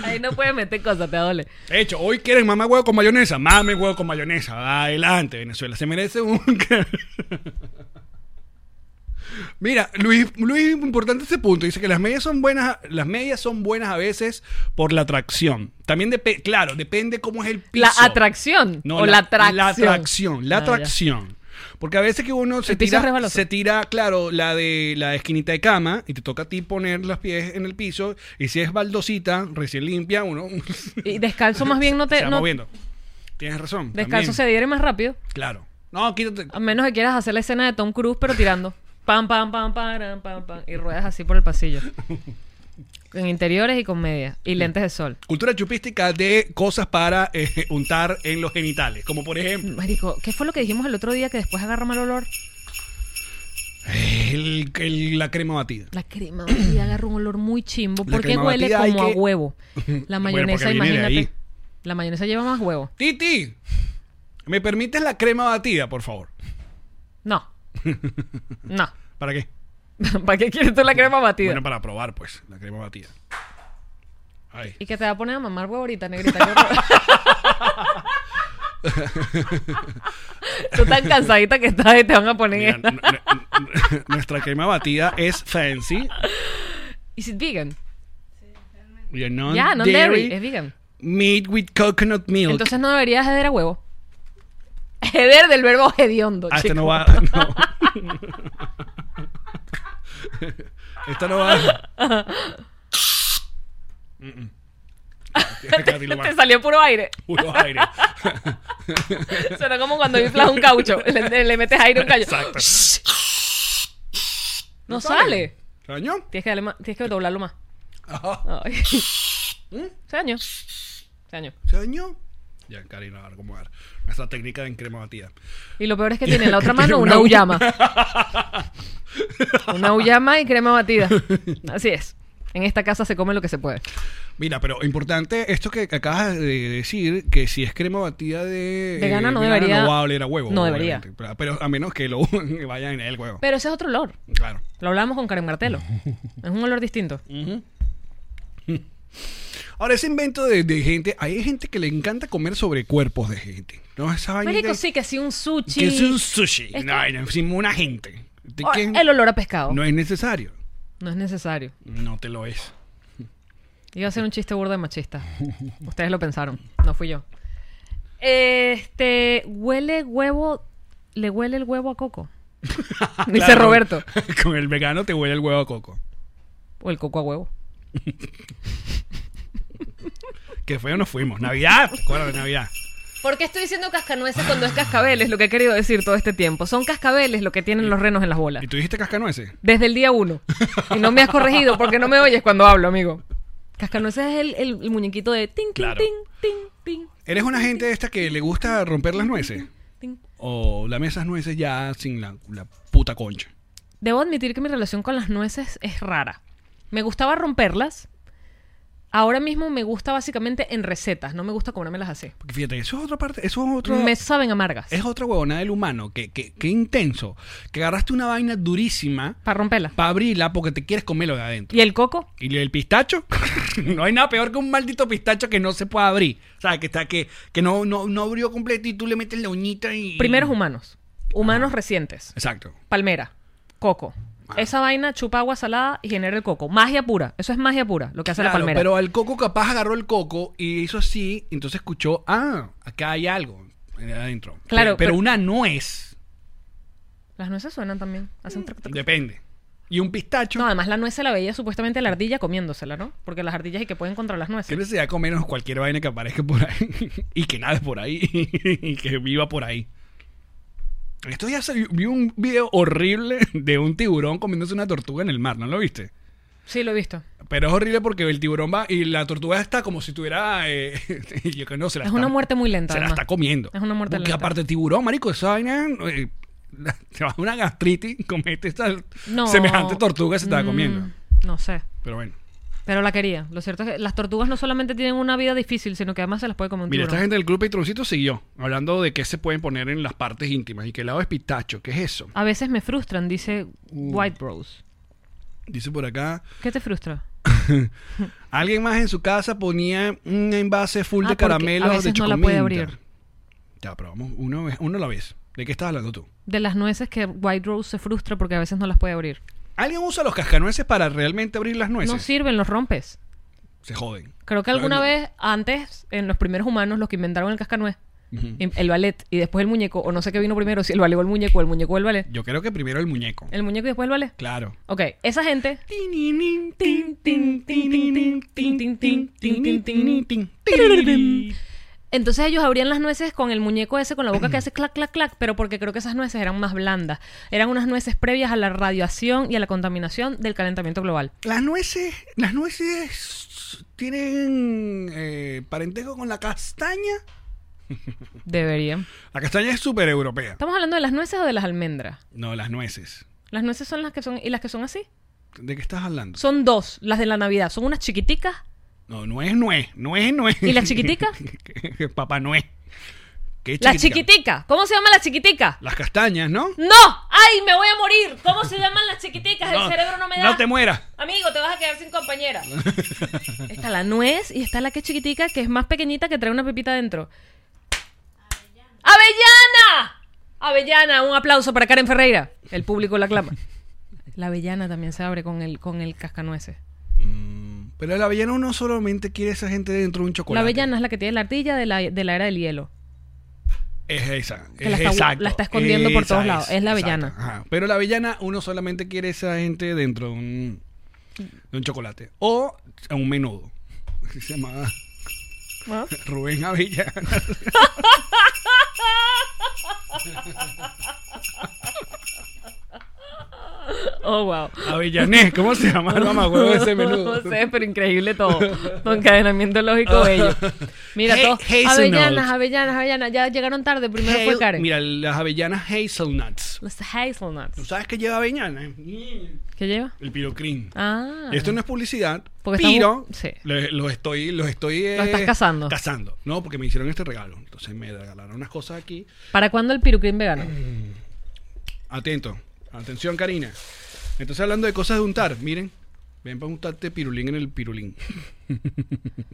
Speaker 1: Ahí no puedes meter cosas, te duele.
Speaker 2: De hecho, hoy quieren mamá huevo con mayonesa. Mame huevo con mayonesa. Adelante, Venezuela. Se merece un. Mira, Luis, Luis, importante este punto. Dice que las medias son buenas, las medias son buenas a veces por la atracción. También depende, claro, depende cómo es el piso.
Speaker 1: La atracción
Speaker 2: No,
Speaker 1: o la, atracción.
Speaker 2: La atracción, la
Speaker 1: Ah, ya.
Speaker 2: atracción. Porque a veces que uno se
Speaker 1: El piso es
Speaker 2: tira,
Speaker 1: resbaloso.
Speaker 2: se tira, claro, la de la esquinita de cama y te toca a ti poner los pies en el piso. Y si es baldosita, recién limpia, uno
Speaker 1: Y descalzo más bien no
Speaker 2: se
Speaker 1: te.
Speaker 2: va
Speaker 1: no-
Speaker 2: moviendo. Tienes razón.
Speaker 1: descalzo se
Speaker 2: también.
Speaker 1: adhiere más rápido.
Speaker 2: Claro. No, quítate.
Speaker 1: A menos que quieras hacer la escena de Tom Cruise, pero tirando. Pam, pam, pam, pam, pam, pam. Y ruedas así por el pasillo. Con interiores y con medias. Y lentes de sol.
Speaker 2: Cultura chupística de cosas para eh, untar en los genitales. Como por ejemplo.
Speaker 1: Marico, ¿qué fue lo que dijimos el otro día que después agarra mal olor?
Speaker 2: El- el- la crema batida.
Speaker 1: La crema batida agarra un olor muy chimbo.
Speaker 2: La
Speaker 1: Porque
Speaker 2: crema
Speaker 1: huele
Speaker 2: batida hay
Speaker 1: como a
Speaker 2: que-
Speaker 1: huevo. La
Speaker 2: Bueno,
Speaker 1: mayonesa,
Speaker 2: porque viene de ahí.
Speaker 1: imagínate. La mayonesa lleva más huevo.
Speaker 2: Titi, ¿me permites la crema batida, por favor?
Speaker 1: No. No.
Speaker 2: ¿Para qué?
Speaker 1: ¿Para qué quieres tú la crema batida?
Speaker 2: Bueno, para probar, pues, la crema batida. Ay.
Speaker 1: Y que te va a poner a mamar huevo ahorita, negrita. qué horror. Tú tan cansadita que estás y te van a poner
Speaker 2: Mira,
Speaker 1: esta.
Speaker 2: n- n- n- nuestra crema batida es fancy.
Speaker 1: Is it vegan?
Speaker 2: y
Speaker 1: Ya,
Speaker 2: es non
Speaker 1: no dairy. Es vegan.
Speaker 2: Meat with coconut milk.
Speaker 1: Entonces no deberías heder a huevo. Heder del verbo hediondo,
Speaker 2: Ah, este
Speaker 1: chico.
Speaker 2: no va. No. Esta no va. Mm, mm. Katy lo va-
Speaker 1: Te salió puro aire.
Speaker 2: Puro aire.
Speaker 1: Suena como cuando inflas un caucho. Le, le metes aire a un caucho.
Speaker 2: Exacto.
Speaker 1: No sale.
Speaker 2: ¿Caño?
Speaker 1: Tienes que, darle más- tienes que doblarlo más.
Speaker 2: Ajá.
Speaker 1: Ay.
Speaker 2: ¿Mm?
Speaker 1: Se dañó. Se dañó.
Speaker 2: ¿Caño? Ya, Karina, a ver cómo va. Nuestra técnica de crema batida.
Speaker 1: Y lo peor es que tiene en la otra
Speaker 2: Tiene
Speaker 1: mano
Speaker 2: una
Speaker 1: una
Speaker 2: u-
Speaker 1: uyama. Una uyama y crema batida. Así es. En esta casa se come lo que se puede.
Speaker 2: Mira, pero importante esto que acabas de decir, que si es crema batida de... eh,
Speaker 1: Vegana no debería-
Speaker 2: No va a oler a huevo.
Speaker 1: no debería.
Speaker 2: obviamente. Pero- Pero a menos que lo que vaya en el huevo.
Speaker 1: Pero ese es otro olor.
Speaker 2: Claro.
Speaker 1: Lo hablamos con Karen Martelo. Es un olor distinto.
Speaker 2: Ahora, ese invento de, de gente... Hay gente que le encanta comer sobre cuerpos de gente. ¿No? Esa vaina
Speaker 1: Marico,
Speaker 2: de-
Speaker 1: sí, que sí, un sushi.
Speaker 2: Que es un sushi.
Speaker 1: Es que-
Speaker 2: No, no, sin una gente. De
Speaker 1: O-
Speaker 2: que
Speaker 1: El olor a pescado.
Speaker 2: No es necesario.
Speaker 1: No es necesario.
Speaker 2: No te lo es.
Speaker 1: Iba a ser un chiste burdo de machista. Ustedes lo pensaron, no fui yo. Este, huele huevo, le huele el huevo a coco. Dice
Speaker 2: Claro,
Speaker 1: Roberto.
Speaker 2: Con el vegano te huele el huevo a coco.
Speaker 1: O el coco a huevo.
Speaker 2: Que feo nos fuimos. Navidad. Recuerda de Navidad.
Speaker 1: ¿Por qué estoy diciendo cascanueces cuando es cascabeles? Lo que he querido decir todo este tiempo. Son cascabeles lo que tienen los renos en las bolas.
Speaker 2: ¿Y tú dijiste cascanueces?
Speaker 1: Desde el día uno. Y no me has corregido porque no me oyes cuando hablo, amigo. Cascanueces es el, el- el muñequito de ting, ting,
Speaker 2: Claro.
Speaker 1: ting, ting, ting,
Speaker 2: ¿Eres una gente de esta que le gusta romper las nueces?
Speaker 1: ting.
Speaker 2: ¿O lames esas nueces ya sin la, la puta concha?
Speaker 1: Debo admitir que mi relación con las nueces es rara. Me gustaba romperlas. Ahora mismo me gusta básicamente en recetas. No me gusta comérmelas así.
Speaker 2: Porque fíjate, eso es otra parte, eso es otro...
Speaker 1: Me saben amargas.
Speaker 2: Es otra huevonada del humano, que, que, que intenso, que agarraste una vaina durísima
Speaker 1: Para romperlas.
Speaker 2: para abrirla porque te quieres comerlo de adentro.
Speaker 1: ¿Y el coco?
Speaker 2: ¿Y el pistacho? no hay nada peor que un maldito pistacho que no se pueda abrir. O sea, que está que, que no, no, no abrió completo y tú le metes la uñita y...
Speaker 1: Primeros humanos. Humanos recientes.
Speaker 2: Exacto.
Speaker 1: Palmera. Coco. Esa vaina chupa agua salada y genera el coco. Magia pura. Eso es magia pura, lo que hace la
Speaker 2: Claro,
Speaker 1: palmera.
Speaker 2: pero al coco capaz agarró el coco y hizo así, entonces escuchó, ah, acá hay algo eh, adentro.
Speaker 1: Claro,
Speaker 2: Pe- pero,
Speaker 1: pero-
Speaker 2: una nuez,
Speaker 1: Las nueces suenan también. Hacen
Speaker 2: Mm,
Speaker 1: trac, trac.
Speaker 2: depende. Y un pistacho,
Speaker 1: No, además la nuez se la veía supuestamente la ardilla comiéndosela, ¿no? Porque las ardillas y que pueden contra las nueces.
Speaker 2: siempre se da con menos cualquier vaina que aparezca por ahí y que nada por ahí y que viva por ahí. Esto ya se vi un video horrible de un tiburón comiéndose una tortuga en el mar, ¿no lo viste?
Speaker 1: Sí, lo he visto.
Speaker 2: Pero es horrible porque el tiburón va y la tortuga está como si tuviera... eh, yo que no, se la
Speaker 1: Es
Speaker 2: está-
Speaker 1: una muerte muy lenta,
Speaker 2: Se la
Speaker 1: además.
Speaker 2: está comiendo.
Speaker 1: Es una muerte
Speaker 2: Porque
Speaker 1: lenta.
Speaker 2: aparte tiburón, marico, esa vaina... eh, te vas a una gastritis, comete esta
Speaker 1: No.
Speaker 2: semejante tortuga que se estaba
Speaker 1: Mm,
Speaker 2: comiendo.
Speaker 1: No sé.
Speaker 2: Pero bueno.
Speaker 1: Pero la quería. Lo cierto es que las tortugas no solamente tienen una vida difícil, sino que además se las puede comer un
Speaker 2: Mira, esta
Speaker 1: tiburón.
Speaker 2: gente del club Patroncito siguió hablando de qué se pueden poner en las partes íntimas y que helado es pistacho. ¿Qué es eso?
Speaker 1: A veces me frustran, dice
Speaker 2: Uh.
Speaker 1: White Bros.
Speaker 2: Dice por acá.
Speaker 1: ¿Qué te frustra?
Speaker 2: Alguien más en su casa ponía un envase full
Speaker 1: Ah,
Speaker 2: de
Speaker 1: porque a
Speaker 2: caramelos de
Speaker 1: veces no la puede
Speaker 2: chocomenta.
Speaker 1: abrir.
Speaker 2: Ya, pero vamos, uno, vez- uno a la vez. ¿De qué estás hablando tú?
Speaker 1: De las nueces que White Rose se frustra porque a veces no las puede abrir.
Speaker 2: ¿Alguien usa los cascanueces para realmente abrir las nueces? Ah,
Speaker 1: No sirven, los rompes.
Speaker 2: Se joden.
Speaker 1: Creo que alguna
Speaker 2: Claro.
Speaker 1: vez antes, en los primeros humanos, los que inventaron el cascanuez,
Speaker 2: Ujú.
Speaker 1: im- el ballet y después el muñeco, o no sé qué vino primero, si el ballet o el muñeco, o el muñeco o el ballet.
Speaker 2: Yo creo que primero el muñeco.
Speaker 1: El muñeco y después el ballet.
Speaker 2: Claro.
Speaker 1: Ok, esa gente Entonces ellos abrían las nueces con el muñeco ese, con la boca que hace clac, clac, clac, pero porque creo que esas nueces eran más blandas. Eran unas nueces previas a la radiación y a la contaminación del calentamiento global.
Speaker 2: Las nueces, las nueces tienen eh, parentesco con la castaña.
Speaker 1: Deberían.
Speaker 2: La castaña es súper europea.
Speaker 1: ¿Estamos hablando de las nueces o de las almendras?
Speaker 2: No, las nueces.
Speaker 1: Las nueces son las que son, y las que son así.
Speaker 2: ¿De qué estás hablando?
Speaker 1: Son dos, las de la Navidad. Son unas chiquiticas
Speaker 2: No, nuez, nuez, nuez, nuez.
Speaker 1: ¿Y la chiquitica?
Speaker 2: Papá nuez. ¿Qué
Speaker 1: Las chiquiticas. ¿Cómo se llaman las chiquiticas?
Speaker 2: Las castañas, ¿no?
Speaker 1: ¡No! ¡Ay, me voy a morir! ¿Cómo se llaman las chiquiticas? El cerebro no me da.
Speaker 2: No te mueras.
Speaker 1: Amigo, te vas a quedar sin compañera. está la nuez y está la que es chiquitica, que es más pequeñita, que trae una pepita dentro. ¡Avellana! ¡Avellana! Un aplauso para Karen Ferreira. El público la aclama. La avellana también se abre con el, con el cascanueces.
Speaker 2: Mm, Pero la avellana uno solamente quiere esa gente dentro de un chocolate.
Speaker 1: La avellana es la que tiene la ardilla de la, de la era del hielo.
Speaker 2: Es esa.
Speaker 1: Que
Speaker 2: es
Speaker 1: la está-
Speaker 2: exacto,
Speaker 1: la está escondiendo por
Speaker 2: esa
Speaker 1: todos lados, es la
Speaker 2: exacto,
Speaker 1: avellana.
Speaker 2: ajá. Pero la avellana, uno solamente quiere esa gente dentro de un, de un chocolate. O a un menudo. Así se llama
Speaker 1: ¿No?
Speaker 2: Rubén Avellana.
Speaker 1: Oh, wow.
Speaker 2: Avellanés, ¿cómo se llama? el mamagüevo Ah, ese menudo. Ah.
Speaker 1: No sé, pero increíble todo. Con encadenamiento lógico bello. Mira,
Speaker 2: Hey,
Speaker 1: todo.
Speaker 2: hazelnuts.
Speaker 1: Avellanas, avellanas, avellanas. Ya llegaron tarde. Primero fue
Speaker 2: Hazel-
Speaker 1: Karen.
Speaker 2: Mira, las avellanas hazelnuts.
Speaker 1: Los
Speaker 2: ¿Tú
Speaker 1: hazelnuts.
Speaker 2: sabes qué lleva avellana?
Speaker 1: ¿Qué lleva?
Speaker 2: El pirocrin.
Speaker 1: Ah.
Speaker 2: Esto no es publicidad,
Speaker 1: Porque
Speaker 2: pero
Speaker 1: estamos- sí.
Speaker 2: le- los estoy, los estoy. eh,
Speaker 1: estás cazando.
Speaker 2: Cazando, no, porque me hicieron este regalo. Entonces me regalaron unas cosas aquí.
Speaker 1: ¿Para cuándo el pirucrín vegano?
Speaker 2: Atento, atención, Karina. Entonces hablando de cosas de untar, miren, ven para untarte pirulín en el pirulín.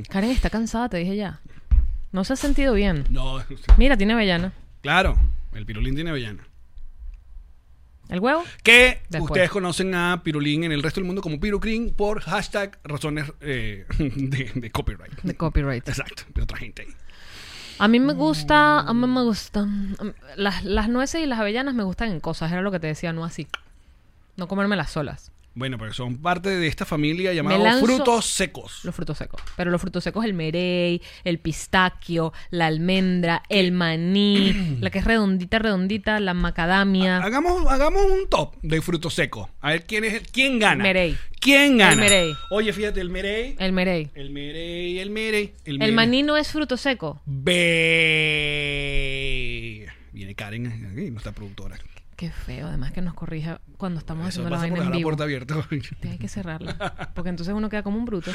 Speaker 1: Karen está cansada, te dije ya. No se ha sentido bien.
Speaker 2: No,
Speaker 1: Mira, tiene avellana.
Speaker 2: claro, el pirulín tiene avellana.
Speaker 1: ¿El huevo?
Speaker 2: Que
Speaker 1: Después.
Speaker 2: ustedes conocen a Pirulín en el resto del mundo como Pirulín por hashtag razones eh, de, de copyright.
Speaker 1: De copyright.
Speaker 2: Exacto, de otra gente.
Speaker 1: A mí me gusta, a mí me gustan. Las, las nueces y las avellanas me gustan en cosas, era lo que te decía, no así. No comérmelas solas.
Speaker 2: Bueno, pero son parte de esta familia llamada
Speaker 1: lanzo-
Speaker 2: frutos secos.
Speaker 1: Los frutos secos. Pero los frutos secos, el merey, el pistaquio, la almendra, el maní, la que es redondita, redondita, la macadamia.
Speaker 2: Hagamos, hagamos un top de frutos secos. A ver quién es el- quién gana.
Speaker 1: Merey.
Speaker 2: ¿Quién gana?
Speaker 1: El merey.
Speaker 2: Oye, fíjate, el merey.
Speaker 1: El merey.
Speaker 2: El merey, el merey. El,
Speaker 1: El
Speaker 2: merey.
Speaker 1: maní no es fruto seco.
Speaker 2: Ve. Viene Karen, aquí, nuestra productora.
Speaker 1: Qué feo, además que nos corrija cuando estamos
Speaker 2: Eso
Speaker 1: haciendo la
Speaker 2: pasa
Speaker 1: vaina
Speaker 2: por dejar
Speaker 1: en
Speaker 2: la
Speaker 1: vivo.
Speaker 2: puerta abierta.
Speaker 1: Tienes que cerrarla. Porque entonces uno queda como un bruto.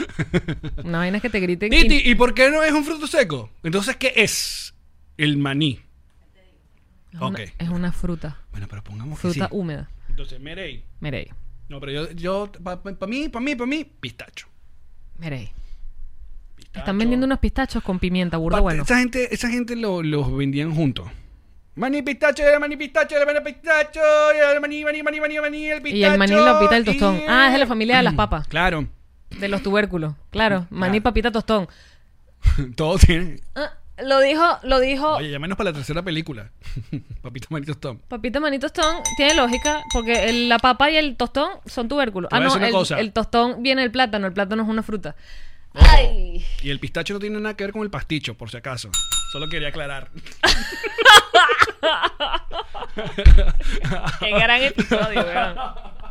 Speaker 1: Una vaina es que te griten. y-
Speaker 2: Titi, ¿y por qué no es un fruto seco? Entonces, ¿qué es el maní?
Speaker 1: es, una,
Speaker 2: ok.
Speaker 1: es una fruta.
Speaker 2: Bueno, pero pongamos que sí.
Speaker 1: Fruta húmeda.
Speaker 2: Entonces, merey.
Speaker 1: Merey.
Speaker 2: No, pero yo, yo para mí, para mí, para mí, pistacho.
Speaker 1: Merey.
Speaker 2: Pistacho.
Speaker 1: Están vendiendo unos pistachos con pimienta, burda
Speaker 2: Parte-
Speaker 1: bueno.
Speaker 2: Esa gente, esa gente lo- los vendían juntos. Maní pistacho, el maní pistacho, el maní pistacho, el maní, maní, maní, maní, maní, el pistacho.
Speaker 1: Y el maní, la pita, el tostón.
Speaker 2: y-
Speaker 1: Ah, es de la familia de las papas.
Speaker 2: Claro,
Speaker 1: De los tubérculos. Claro. Maní, papita, tostón.
Speaker 2: todo tiene.
Speaker 1: Ah, lo dijo, lo dijo.
Speaker 2: Oye, llámenos para la tercera película. Papito maní tostón.
Speaker 1: Papita, maní, tostón. Tiene lógica porque el- la papa y el tostón son tubérculos.
Speaker 2: Te
Speaker 1: Ah,
Speaker 2: voy a
Speaker 1: no.
Speaker 2: decir una
Speaker 1: El,
Speaker 2: cosa.
Speaker 1: el tostón viene del plátano. El plátano es una fruta.
Speaker 2: Ojo.
Speaker 1: Ay.
Speaker 2: Y el pistacho no tiene nada que ver con el pasticho, por si acaso. Solo quería aclarar.
Speaker 1: Qué gran episodio, weón.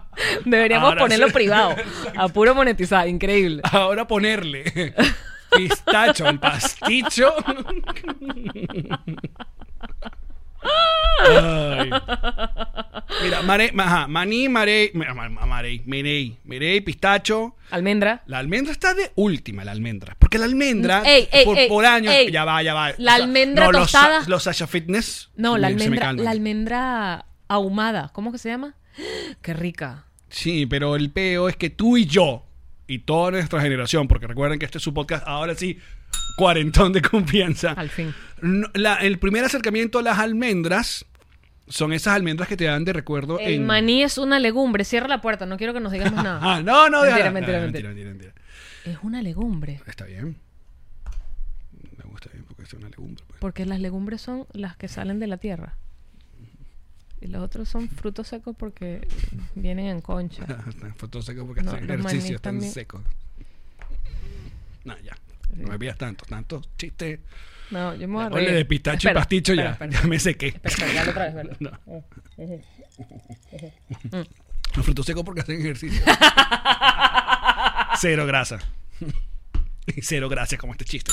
Speaker 1: Deberíamos
Speaker 2: Ahora
Speaker 1: ponerlo
Speaker 2: sí.
Speaker 1: privado. A puro monetizar. Increíble.
Speaker 2: Ahora ponerle pistacho al pasticho. Ay. Mira, mare, ajá, maní, marey, ma- ma- ma- marey, merey, merey, pistacho.
Speaker 1: Almendra.
Speaker 2: La almendra está de última, la almendra. Porque la almendra,
Speaker 1: Mm, Ey, ey,
Speaker 2: por,
Speaker 1: ey,
Speaker 2: por años,
Speaker 1: ey.
Speaker 2: ya va, ya va.
Speaker 1: La almendra
Speaker 2: los
Speaker 1: tostada.
Speaker 2: sa- Los, Sasha Fitness.
Speaker 1: No, la
Speaker 2: me- se me
Speaker 1: almendra,
Speaker 2: calman.
Speaker 1: la almendra ahumada. ¿Cómo que se llama? Qué rica.
Speaker 2: Sí, pero el peo es que tú y yo, y toda nuestra generación, porque recuerden que este es su podcast, ahora sí, cuarentón de confianza.
Speaker 1: Al fin.
Speaker 2: No, la- el primer acercamiento a las almendras son esas almendras que te dan de recuerdo
Speaker 1: El
Speaker 2: en.
Speaker 1: maní es una legumbre. Cierra la puerta, no quiero que nos digamos nada.
Speaker 2: Ah, no, no,
Speaker 1: mentira,
Speaker 2: déjala.
Speaker 1: mentira,
Speaker 2: Ah,
Speaker 1: mentira.
Speaker 2: mentira, mentira.
Speaker 1: Es una legumbre.
Speaker 2: Está bien. Me gusta bien porque es una legumbre. pues.
Speaker 1: Porque las legumbres son las que salen de la tierra. Y los otros son frutos secos porque vienen en concha.
Speaker 2: Están fotos secos porque
Speaker 1: No,
Speaker 2: hacen
Speaker 1: los maní
Speaker 2: ejercicio, están
Speaker 1: también.
Speaker 2: secos. No, ya. No me pidas tantos, tantos chistes.
Speaker 1: No, yo me voy a
Speaker 2: Ponle
Speaker 1: reír.
Speaker 2: de pistacho
Speaker 1: Espera,
Speaker 2: y pasticho
Speaker 1: espera,
Speaker 2: ya.
Speaker 1: espera.
Speaker 2: Ya me sequé.
Speaker 1: Espera, dale otra vez, dale.
Speaker 2: No. Los frutos secos porque hacen ejercicio. cero grasa. Y cero grasa como este chiste.